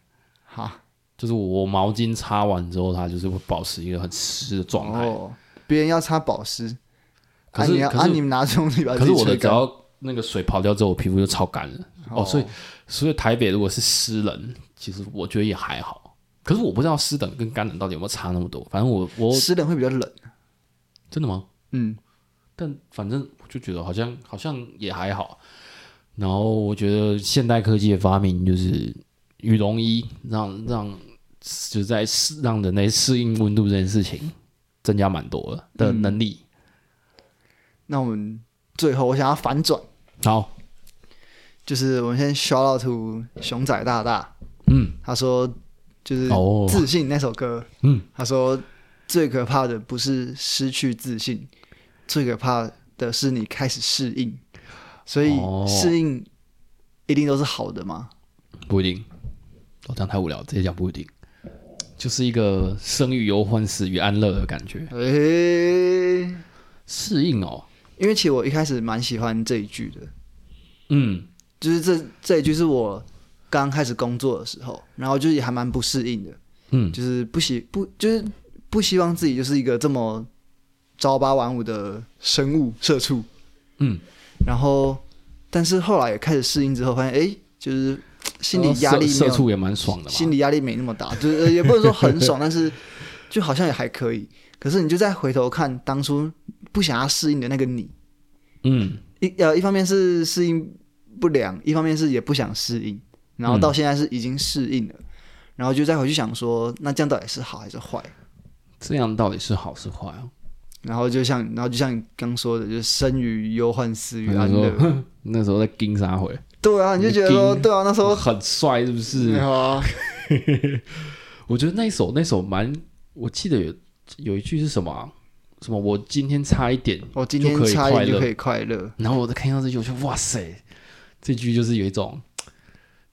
[SPEAKER 1] 哈，
[SPEAKER 2] 就是我毛巾擦完之后，它就是会保持一个很湿的状态。
[SPEAKER 1] 哦，别人要擦保湿，
[SPEAKER 2] 可
[SPEAKER 1] 啊
[SPEAKER 2] 是
[SPEAKER 1] 你要
[SPEAKER 2] 可
[SPEAKER 1] 啊
[SPEAKER 2] 是
[SPEAKER 1] 你们拿东西把
[SPEAKER 2] 可
[SPEAKER 1] 自己
[SPEAKER 2] 是我的
[SPEAKER 1] 吹
[SPEAKER 2] 只
[SPEAKER 1] 干。
[SPEAKER 2] 要那个水跑掉之后，我皮肤就超干了。哦，所以所以台北如果是湿冷，其实我觉得也还好。可是我不知道湿冷跟干冷到底有没有差那么多。反正我我
[SPEAKER 1] 湿冷会比较冷，
[SPEAKER 2] 真的吗？
[SPEAKER 1] 嗯，
[SPEAKER 2] 但反正我就觉得好像好像也还好。然后我觉得现代科技的发明就是羽绒衣，让让就是在适让人类适应温度这件事情增加蛮多了的能力。
[SPEAKER 1] 那我们最后我想要反转，
[SPEAKER 2] 好，
[SPEAKER 1] 就是我们先 shout out to 熊仔大大，
[SPEAKER 2] 嗯，
[SPEAKER 1] 他说就是
[SPEAKER 2] 哦
[SPEAKER 1] 自信那首歌，
[SPEAKER 2] 嗯，
[SPEAKER 1] 他说最可怕的不是失去自信，最可怕的是你开始适应，所以
[SPEAKER 2] 哦
[SPEAKER 1] 适应一定都是好的嘛，
[SPEAKER 2] 不一定，我、这样太无聊，直接讲不一定，就是一个生于忧患，死于安乐的感觉。
[SPEAKER 1] 诶、
[SPEAKER 2] 适应哦，
[SPEAKER 1] 因为其实我一开始蛮喜欢这一句的，
[SPEAKER 2] 嗯，
[SPEAKER 1] 就是这这一句是我刚开始工作的时候，然后就是也还蛮不适应的，
[SPEAKER 2] 嗯
[SPEAKER 1] 就是不希不就是不希望自己就是一个这么朝八晚五的生物社畜，
[SPEAKER 2] 嗯，
[SPEAKER 1] 然后但是后来也开始适应之后，发现哎，诶就是嘖心理压力没
[SPEAKER 2] 哦社社
[SPEAKER 1] 有，
[SPEAKER 2] 畜也蛮爽的
[SPEAKER 1] 心
[SPEAKER 2] 嘛。
[SPEAKER 1] 理压力没那么大，就是呃也不能说很爽， 但是就好像也还可以。可是你就再回头看当初不想要适应的那个你，
[SPEAKER 2] 嗯，
[SPEAKER 1] 一呃，一方面是适应不良，一方面是也不想适应，然后
[SPEAKER 2] 嗯
[SPEAKER 1] 到现在是已经适应了，然后就再回去想说，那这样到底是好还是坏？
[SPEAKER 2] 这样到底是好是坏啊？
[SPEAKER 1] 然后就像，然后就像你刚说的，就是生于忧患，死于
[SPEAKER 2] 那
[SPEAKER 1] 安
[SPEAKER 2] 时
[SPEAKER 1] 乐。
[SPEAKER 2] 候那时候在盯啥回？
[SPEAKER 1] 对啊，你就觉得说，
[SPEAKER 2] 你嗯
[SPEAKER 1] 对啊，那时
[SPEAKER 2] 我
[SPEAKER 1] 候
[SPEAKER 2] 很帅是不是？
[SPEAKER 1] 啊，
[SPEAKER 2] 我觉得那一首那首蛮，我记得有有一句是什么啊、什么我今天差一点，
[SPEAKER 1] 我哦今天
[SPEAKER 2] 就可以
[SPEAKER 1] 差一
[SPEAKER 2] 快
[SPEAKER 1] 点就
[SPEAKER 2] 乐
[SPEAKER 1] 可以快乐。
[SPEAKER 2] 然后我在看到这句，我就哇塞，这句就是有一种，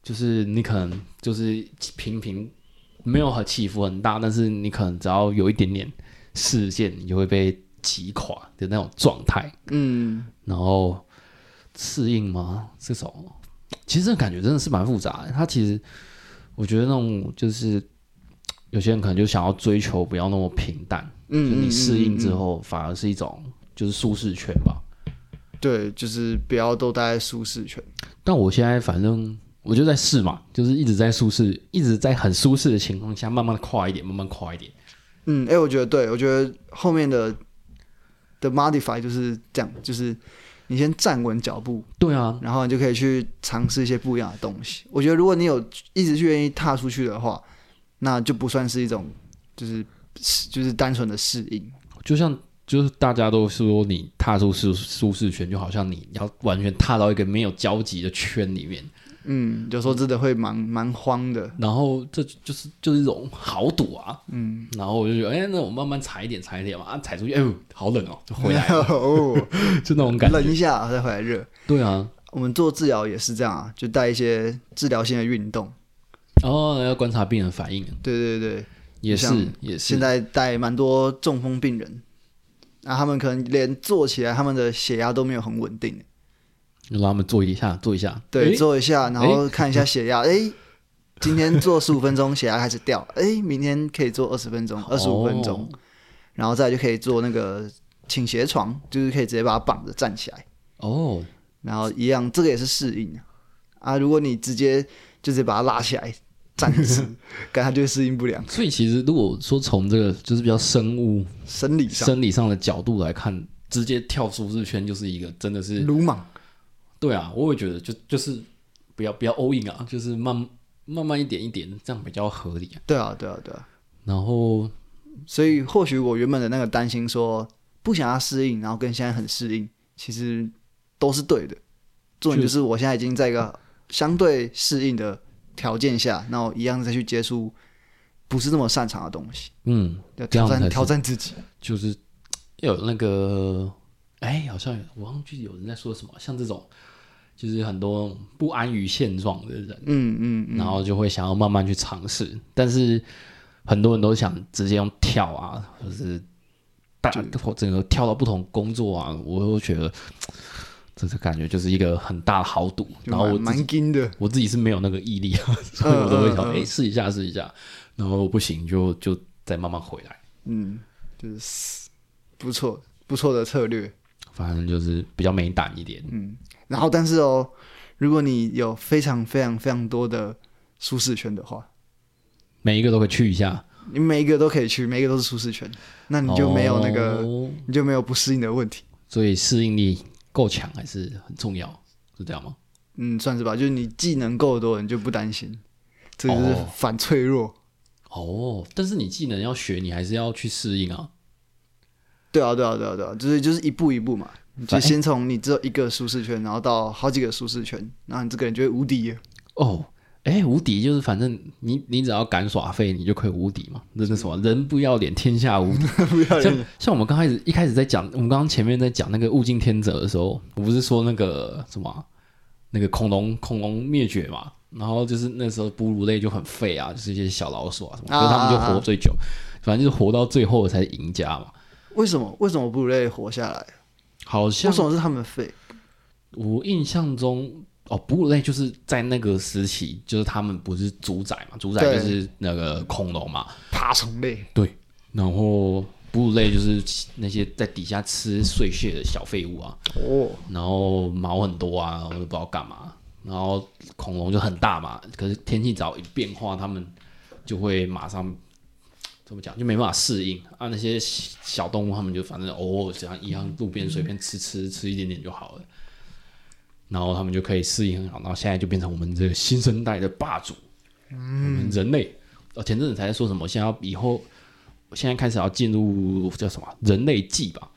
[SPEAKER 2] 就是你可能就是平平，没有很起伏很大，但是你可能只要有一点点事件，你就会被击垮的那种状态。
[SPEAKER 1] 嗯，
[SPEAKER 2] 然后适应吗？这种其实这个感觉真的是蛮复杂的。它其实我觉得那种就是有些人可能就想要追求不要那么平淡，
[SPEAKER 1] 嗯
[SPEAKER 2] 就你适应之，
[SPEAKER 1] 嗯嗯
[SPEAKER 2] 后反而是一种就是舒适圈吧。
[SPEAKER 1] 嗯对，就是不要都待在舒适圈。
[SPEAKER 2] 但我现在反正我就在试嘛，就是一直在舒适，一直在很舒适的情况下，慢慢的跨一点，慢慢跨一点。
[SPEAKER 1] 嗯，哎、我觉得对，我觉得后面的的 modify 就是这样，就是你先站稳脚步，
[SPEAKER 2] 对啊，
[SPEAKER 1] 然后你就可以去尝试一些不一样的东西。我觉得如果你有一直去愿意踏出去的话，那就不算是一种就是就是单纯的适应。
[SPEAKER 2] 就像就是大家都说你踏出舒舒适圈，就好像你要完全踏到一个没有交集的圈里面，
[SPEAKER 1] 嗯，有时候真的会蛮蛮慌的。
[SPEAKER 2] 然后这就是就是一种豪赌啊，嗯，然后我就觉得，哎、那我慢慢踩一点，踩一点嘛，啊，踩出去，哎呦，好冷 哦，就回来了，
[SPEAKER 1] 哦，
[SPEAKER 2] 就那种感
[SPEAKER 1] 冷
[SPEAKER 2] 觉，
[SPEAKER 1] 一下再回来热。
[SPEAKER 2] 对啊，
[SPEAKER 1] 我们做治疗也是这样啊，就带一些治疗性的运动。
[SPEAKER 2] 然后要观察病人反应，
[SPEAKER 1] 对对对，
[SPEAKER 2] 也是
[SPEAKER 1] 像
[SPEAKER 2] 也是
[SPEAKER 1] 现，在带蛮多中风病人，那、他们可能连坐起来，他们的血压都没有很稳定。
[SPEAKER 2] 让他们做一下，做一下，
[SPEAKER 1] 对，
[SPEAKER 2] 哎
[SPEAKER 1] 做一下，然后看一下血压，哎，今天做十五分钟，血压开始掉，哎，明天可以做二十分
[SPEAKER 2] 哦
[SPEAKER 1] 钟、二十五分钟，然后再来就可以做那个倾斜床，就是可以直接把它绑着站起来，
[SPEAKER 2] 哦，
[SPEAKER 1] 然后一样，这个也是适应啊啊。如果你直接就是把它拉起来站直，感觉就会适应不良，
[SPEAKER 2] 所以其实如果说从这个就是比较生物
[SPEAKER 1] 生理上
[SPEAKER 2] 生理上的角度来看，直接跳舒适圈就是一个真的是
[SPEAKER 1] 鲁莽。
[SPEAKER 2] 对啊，我也觉得就就是不要不要 all in 啊，就是慢慢慢一点一点，这样比较合理、啊。
[SPEAKER 1] 对啊，对啊，对啊。
[SPEAKER 2] 然后
[SPEAKER 1] 所以或许我原本的那个担心说不想要适应，然后跟现在很适应，其实都是对的。重点就是我现在已经在一个相对适应的条件下，然后一样再去接触不是那么擅长的东西，
[SPEAKER 2] 嗯，
[SPEAKER 1] 要
[SPEAKER 2] 这
[SPEAKER 1] 挑
[SPEAKER 2] 样才
[SPEAKER 1] 战
[SPEAKER 2] 是
[SPEAKER 1] 挑战自己。
[SPEAKER 2] 就是要有那个，哎，好像有我忘记有人在说什么，像这种就是很多不安于现状的人，
[SPEAKER 1] 嗯嗯嗯，
[SPEAKER 2] 然后就会想要慢慢去尝试，但是很多人都想直接用跳啊，或是大或整个跳到不同工作啊，我都觉得这是感觉就是一个很大的豪赌，
[SPEAKER 1] 就
[SPEAKER 2] 然后我
[SPEAKER 1] 蛮蛮硬的，
[SPEAKER 2] 我自己是没有那个毅力啊， 所以我都会想，
[SPEAKER 1] 嗯嗯嗯
[SPEAKER 2] 哎、试一下，试一下，然后不行就就再慢慢回来。
[SPEAKER 1] 嗯，就是不错不错的策略。
[SPEAKER 2] 反正就是比较没胆一点，
[SPEAKER 1] 然后，但是哦，如果你有非常非常非常多的舒适圈的话，
[SPEAKER 2] 每一个都会去一下，
[SPEAKER 1] 你每一个都可以去，每一个都是舒适圈，那你嗯就没有那个，
[SPEAKER 2] 哦
[SPEAKER 1] 你就没有不适应的问题。
[SPEAKER 2] 所以适应力够强还是很重要，是这样吗？
[SPEAKER 1] 嗯，算是吧，就是你技能够多，你就不担心。这就是
[SPEAKER 2] 哦
[SPEAKER 1] 反脆弱。
[SPEAKER 2] 哦，但是你技能要学，你还是要去适应啊。
[SPEAKER 1] 对啊，对啊，对啊，对啊，就是就是一步一步嘛，就
[SPEAKER 2] 反
[SPEAKER 1] 先从你只有一个舒适圈，然后到好几个舒适圈，然后你这个人就会无敌啊了。
[SPEAKER 2] 哦，哎，无敌就是反正你你只要敢耍废，你就可以无敌嘛。那那什么，人不要脸，天下无敌。
[SPEAKER 1] 不要
[SPEAKER 2] 像
[SPEAKER 1] 脸，
[SPEAKER 2] 像我们刚开始一开始在讲，我们刚刚前面在讲那个物竞天择的时候，我不是说那个什么啊那个恐龙恐龙灭绝嘛，然后就是那时候哺乳类就很废啊，就是一些小老鼠啊什么，
[SPEAKER 1] 啊
[SPEAKER 2] 所以他们就
[SPEAKER 1] 啊啊
[SPEAKER 2] 活最久，反正就是活到最后才是赢家嘛。
[SPEAKER 1] 为什么为什么哺乳类活下来？
[SPEAKER 2] 好
[SPEAKER 1] 为
[SPEAKER 2] 像
[SPEAKER 1] 什么是他们废？
[SPEAKER 2] 我印象中，哦，哺乳类就是在那个时期，就是他们不是主宰嘛，主宰
[SPEAKER 1] 对
[SPEAKER 2] 就是那个恐龙嘛，
[SPEAKER 1] 爬虫类。
[SPEAKER 2] 然后哺乳类就是那些在底下吃碎屑的小废物啊，
[SPEAKER 1] 哦，
[SPEAKER 2] 然后毛很多啊，我就不知道干嘛。然后恐龙就很大嘛，可是天气只要一变化，它们就会马上怎么讲，就没办法适应啊。那些小小动物，它们就反正偶尔这样一样，路边随便吃吃吃一点点就好了。然后它们就可以适应很好，然后现在就变成我们这个新生代的霸主，我们人类。呃，前阵子才在说什么，现在要以后，现在开始要进入叫什么啊人类纪吧，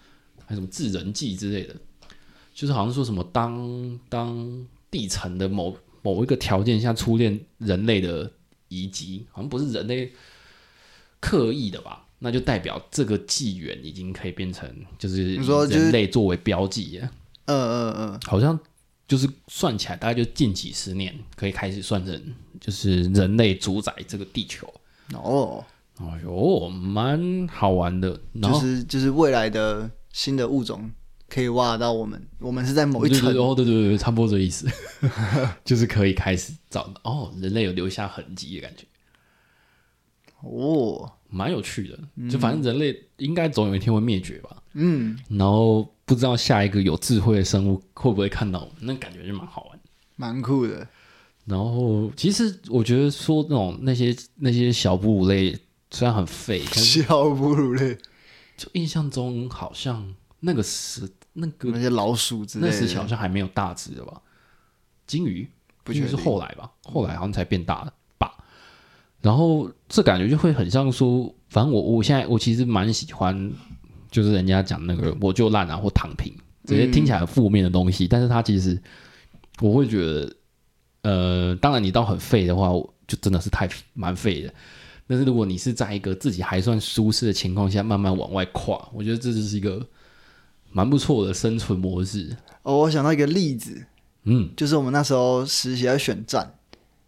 [SPEAKER 2] 还是什么智人纪之类的。就是好像说什么当当地层的某某一个条件下出现人类的遗迹，好像不是人类刻意的吧？那就代表这个纪元已经可以变成就是
[SPEAKER 1] 你说
[SPEAKER 2] 以
[SPEAKER 1] 就是
[SPEAKER 2] 人类作为标记了，
[SPEAKER 1] 嗯嗯嗯，
[SPEAKER 2] 好像就是算起来大概就近几十年可以开始算成就是人类主宰这个地球。
[SPEAKER 1] 哦，
[SPEAKER 2] 哎呦，蛮好玩的。然
[SPEAKER 1] 就
[SPEAKER 2] 后
[SPEAKER 1] 是就是未来的新的物种可以挖得到我们，我们是在某一
[SPEAKER 2] 对对
[SPEAKER 1] 层
[SPEAKER 2] 对。哦，对对对，对差不多这个意 思，就是可以开始找到哦，人类有留下痕迹的感觉，
[SPEAKER 1] 哦，
[SPEAKER 2] 蛮有趣的。就反正人类应该总有一天会灭绝吧，
[SPEAKER 1] 嗯，
[SPEAKER 2] 然后不知道下一个有智慧的生物会不会看到我们，那感觉就蛮好玩。
[SPEAKER 1] 蛮酷的。
[SPEAKER 2] 然后其实我觉得说那种那些那些小哺乳类虽然很废，但是
[SPEAKER 1] 小哺乳类，
[SPEAKER 2] 就印象中好像那个时那个
[SPEAKER 1] 那些老鼠之类
[SPEAKER 2] 那时期
[SPEAKER 1] 的，
[SPEAKER 2] 好像还没有大只的吧？金鱼
[SPEAKER 1] 不
[SPEAKER 2] 金鱼
[SPEAKER 1] 确
[SPEAKER 2] 是
[SPEAKER 1] 定
[SPEAKER 2] 后来吧？后来好像才变大的吧？然后这感觉就会很像说，反正我我现在我其实蛮喜欢，就是人家讲那个我就烂啊或躺平，
[SPEAKER 1] 嗯
[SPEAKER 2] 这些听起来很负面的东西，但是它其实我会觉得，呃，当然你到很废的话，我就真的是太蛮废的。但是如果你是在一个自己还算舒适的情况下慢慢往外跨，我觉得这就是一个蛮不错的生存模式。
[SPEAKER 1] 哦，我想到一个例子，
[SPEAKER 2] 嗯，
[SPEAKER 1] 就是我们那时候实习要选站，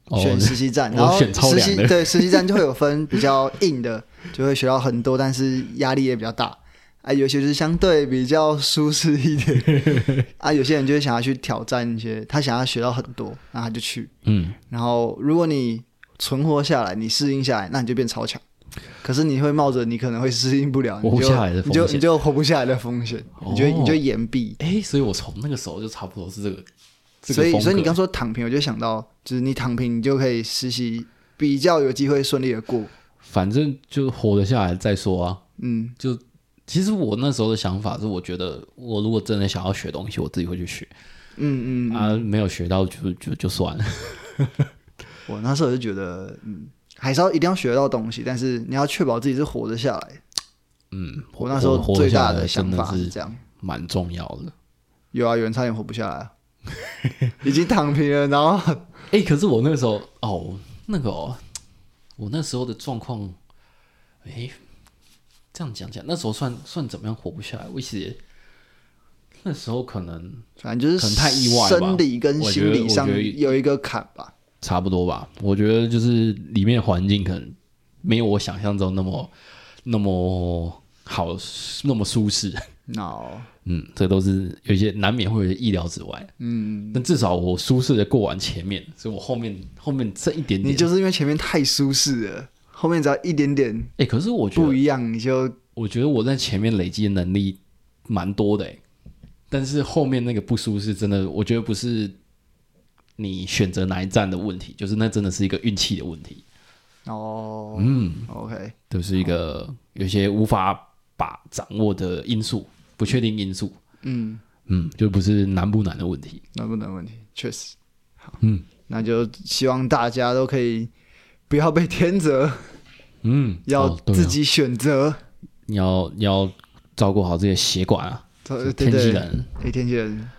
[SPEAKER 2] 哦，
[SPEAKER 1] 选实习站，
[SPEAKER 2] 我
[SPEAKER 1] 然后
[SPEAKER 2] 选超
[SPEAKER 1] 实
[SPEAKER 2] 凉
[SPEAKER 1] 习
[SPEAKER 2] 的
[SPEAKER 1] 对实习站就会有分比较硬的，就会学到很多，但是压力也比较大。啊，有些是相对比较舒适一点， 啊，有些人就会想要去挑战一些，他想要学到很多，然后他就去。
[SPEAKER 2] 嗯，
[SPEAKER 1] 然后如果你存活下来，你适应下来，那你就变超强。可是你会冒着你可能会适应不了，
[SPEAKER 2] 活不
[SPEAKER 1] 你就
[SPEAKER 2] 下来的
[SPEAKER 1] 你就
[SPEAKER 2] 风险
[SPEAKER 1] 你就活不下来的风险，你就
[SPEAKER 2] 哦
[SPEAKER 1] 你就延毕。
[SPEAKER 2] 哎、所以我从那个时候就差不多是这个，这个
[SPEAKER 1] 所以
[SPEAKER 2] 风格
[SPEAKER 1] 所以你刚说躺平，我就想到就是你躺平，你就可以实习比较有机会顺利的过。
[SPEAKER 2] 反正就活得下来再说啊。
[SPEAKER 1] 嗯，
[SPEAKER 2] 其实我那时候的想法是，我觉得我如果真的想要学东西，我自己会去学、
[SPEAKER 1] 嗯嗯，
[SPEAKER 2] 啊，没有学到就就就算了。
[SPEAKER 1] 我那时候就觉得，嗯，还是要一定要学到东西，但是你要确保自己是活得下来。
[SPEAKER 2] 嗯，
[SPEAKER 1] 我那时候
[SPEAKER 2] 活活
[SPEAKER 1] 最
[SPEAKER 2] 下
[SPEAKER 1] 大
[SPEAKER 2] 来
[SPEAKER 1] 想
[SPEAKER 2] 真的
[SPEAKER 1] 法是
[SPEAKER 2] 是
[SPEAKER 1] 这样。
[SPEAKER 2] 蛮重要的。
[SPEAKER 1] 有啊，有人差点活不下来啊， 已经躺平了，然后
[SPEAKER 2] 哎、可是我那个时候哦，那个哦，我那时候的状况，哎、这样讲讲，那时候算算怎么样活不下来？我其实也那时候可能
[SPEAKER 1] 反正就是
[SPEAKER 2] 可能太意外了吧
[SPEAKER 1] 生理跟
[SPEAKER 2] 我觉
[SPEAKER 1] 心
[SPEAKER 2] 得
[SPEAKER 1] 理
[SPEAKER 2] 我
[SPEAKER 1] 上
[SPEAKER 2] 觉得
[SPEAKER 1] 有一个坎吧。
[SPEAKER 2] 差不多吧。我觉得就是里面的环境可能没有我想象中那么那么好，那么舒适。
[SPEAKER 1] 哦，
[SPEAKER 2] 嗯，这都是有一些难免会有一些意料之外。
[SPEAKER 1] 嗯，
[SPEAKER 2] 但至少我舒适的过完前面，所以我后面后面这一点点，
[SPEAKER 1] 你就是因为前面太舒适了，后面只要一点点
[SPEAKER 2] 哎、可是我觉
[SPEAKER 1] 不
[SPEAKER 2] 得，
[SPEAKER 1] 一样，你就
[SPEAKER 2] 我觉得我在前面累积的能力蛮多的、欸，但是后面那个不舒适，真的，我觉得不是你选择哪一站的问题，就是那真的是一个运气的问题，
[SPEAKER 1] 哦，
[SPEAKER 2] 嗯
[SPEAKER 1] ，OK，
[SPEAKER 2] 都是一个有些无法把掌握的因素、不确定因素，
[SPEAKER 1] 嗯，
[SPEAKER 2] 嗯，就不是难不难的问题。
[SPEAKER 1] 那不能问题，确实，好，
[SPEAKER 2] 嗯，
[SPEAKER 1] 那就希望大家都可以不要被天
[SPEAKER 2] 哦
[SPEAKER 1] 择，
[SPEAKER 2] 嗯，
[SPEAKER 1] 要
[SPEAKER 2] 哦对啊
[SPEAKER 1] 自己选择。
[SPEAKER 2] 要要照顾好自己的血管啊，
[SPEAKER 1] 对对
[SPEAKER 2] 天气
[SPEAKER 1] 对，
[SPEAKER 2] 冷
[SPEAKER 1] 哎，天气冷，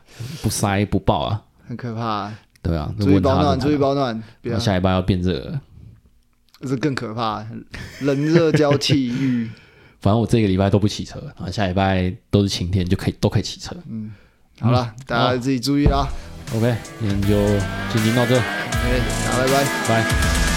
[SPEAKER 2] 不塞不爆啊，
[SPEAKER 1] 很可怕，
[SPEAKER 2] 对啊，
[SPEAKER 1] 注意
[SPEAKER 2] 问他
[SPEAKER 1] 保暖，
[SPEAKER 2] 的
[SPEAKER 1] 注意保暖，不要
[SPEAKER 2] 那，下一班要变这个，
[SPEAKER 1] 这更可怕，冷热交 替遇。
[SPEAKER 2] 反正我这个礼拜都不骑车，然后下礼拜都是晴天，就可以都可以骑车。
[SPEAKER 1] 好
[SPEAKER 2] 嗯
[SPEAKER 1] 了，大家自己注意啦，啊
[SPEAKER 2] OK，今天就先听到这，
[SPEAKER 1] 哎，大家拜拜。
[SPEAKER 2] 拜。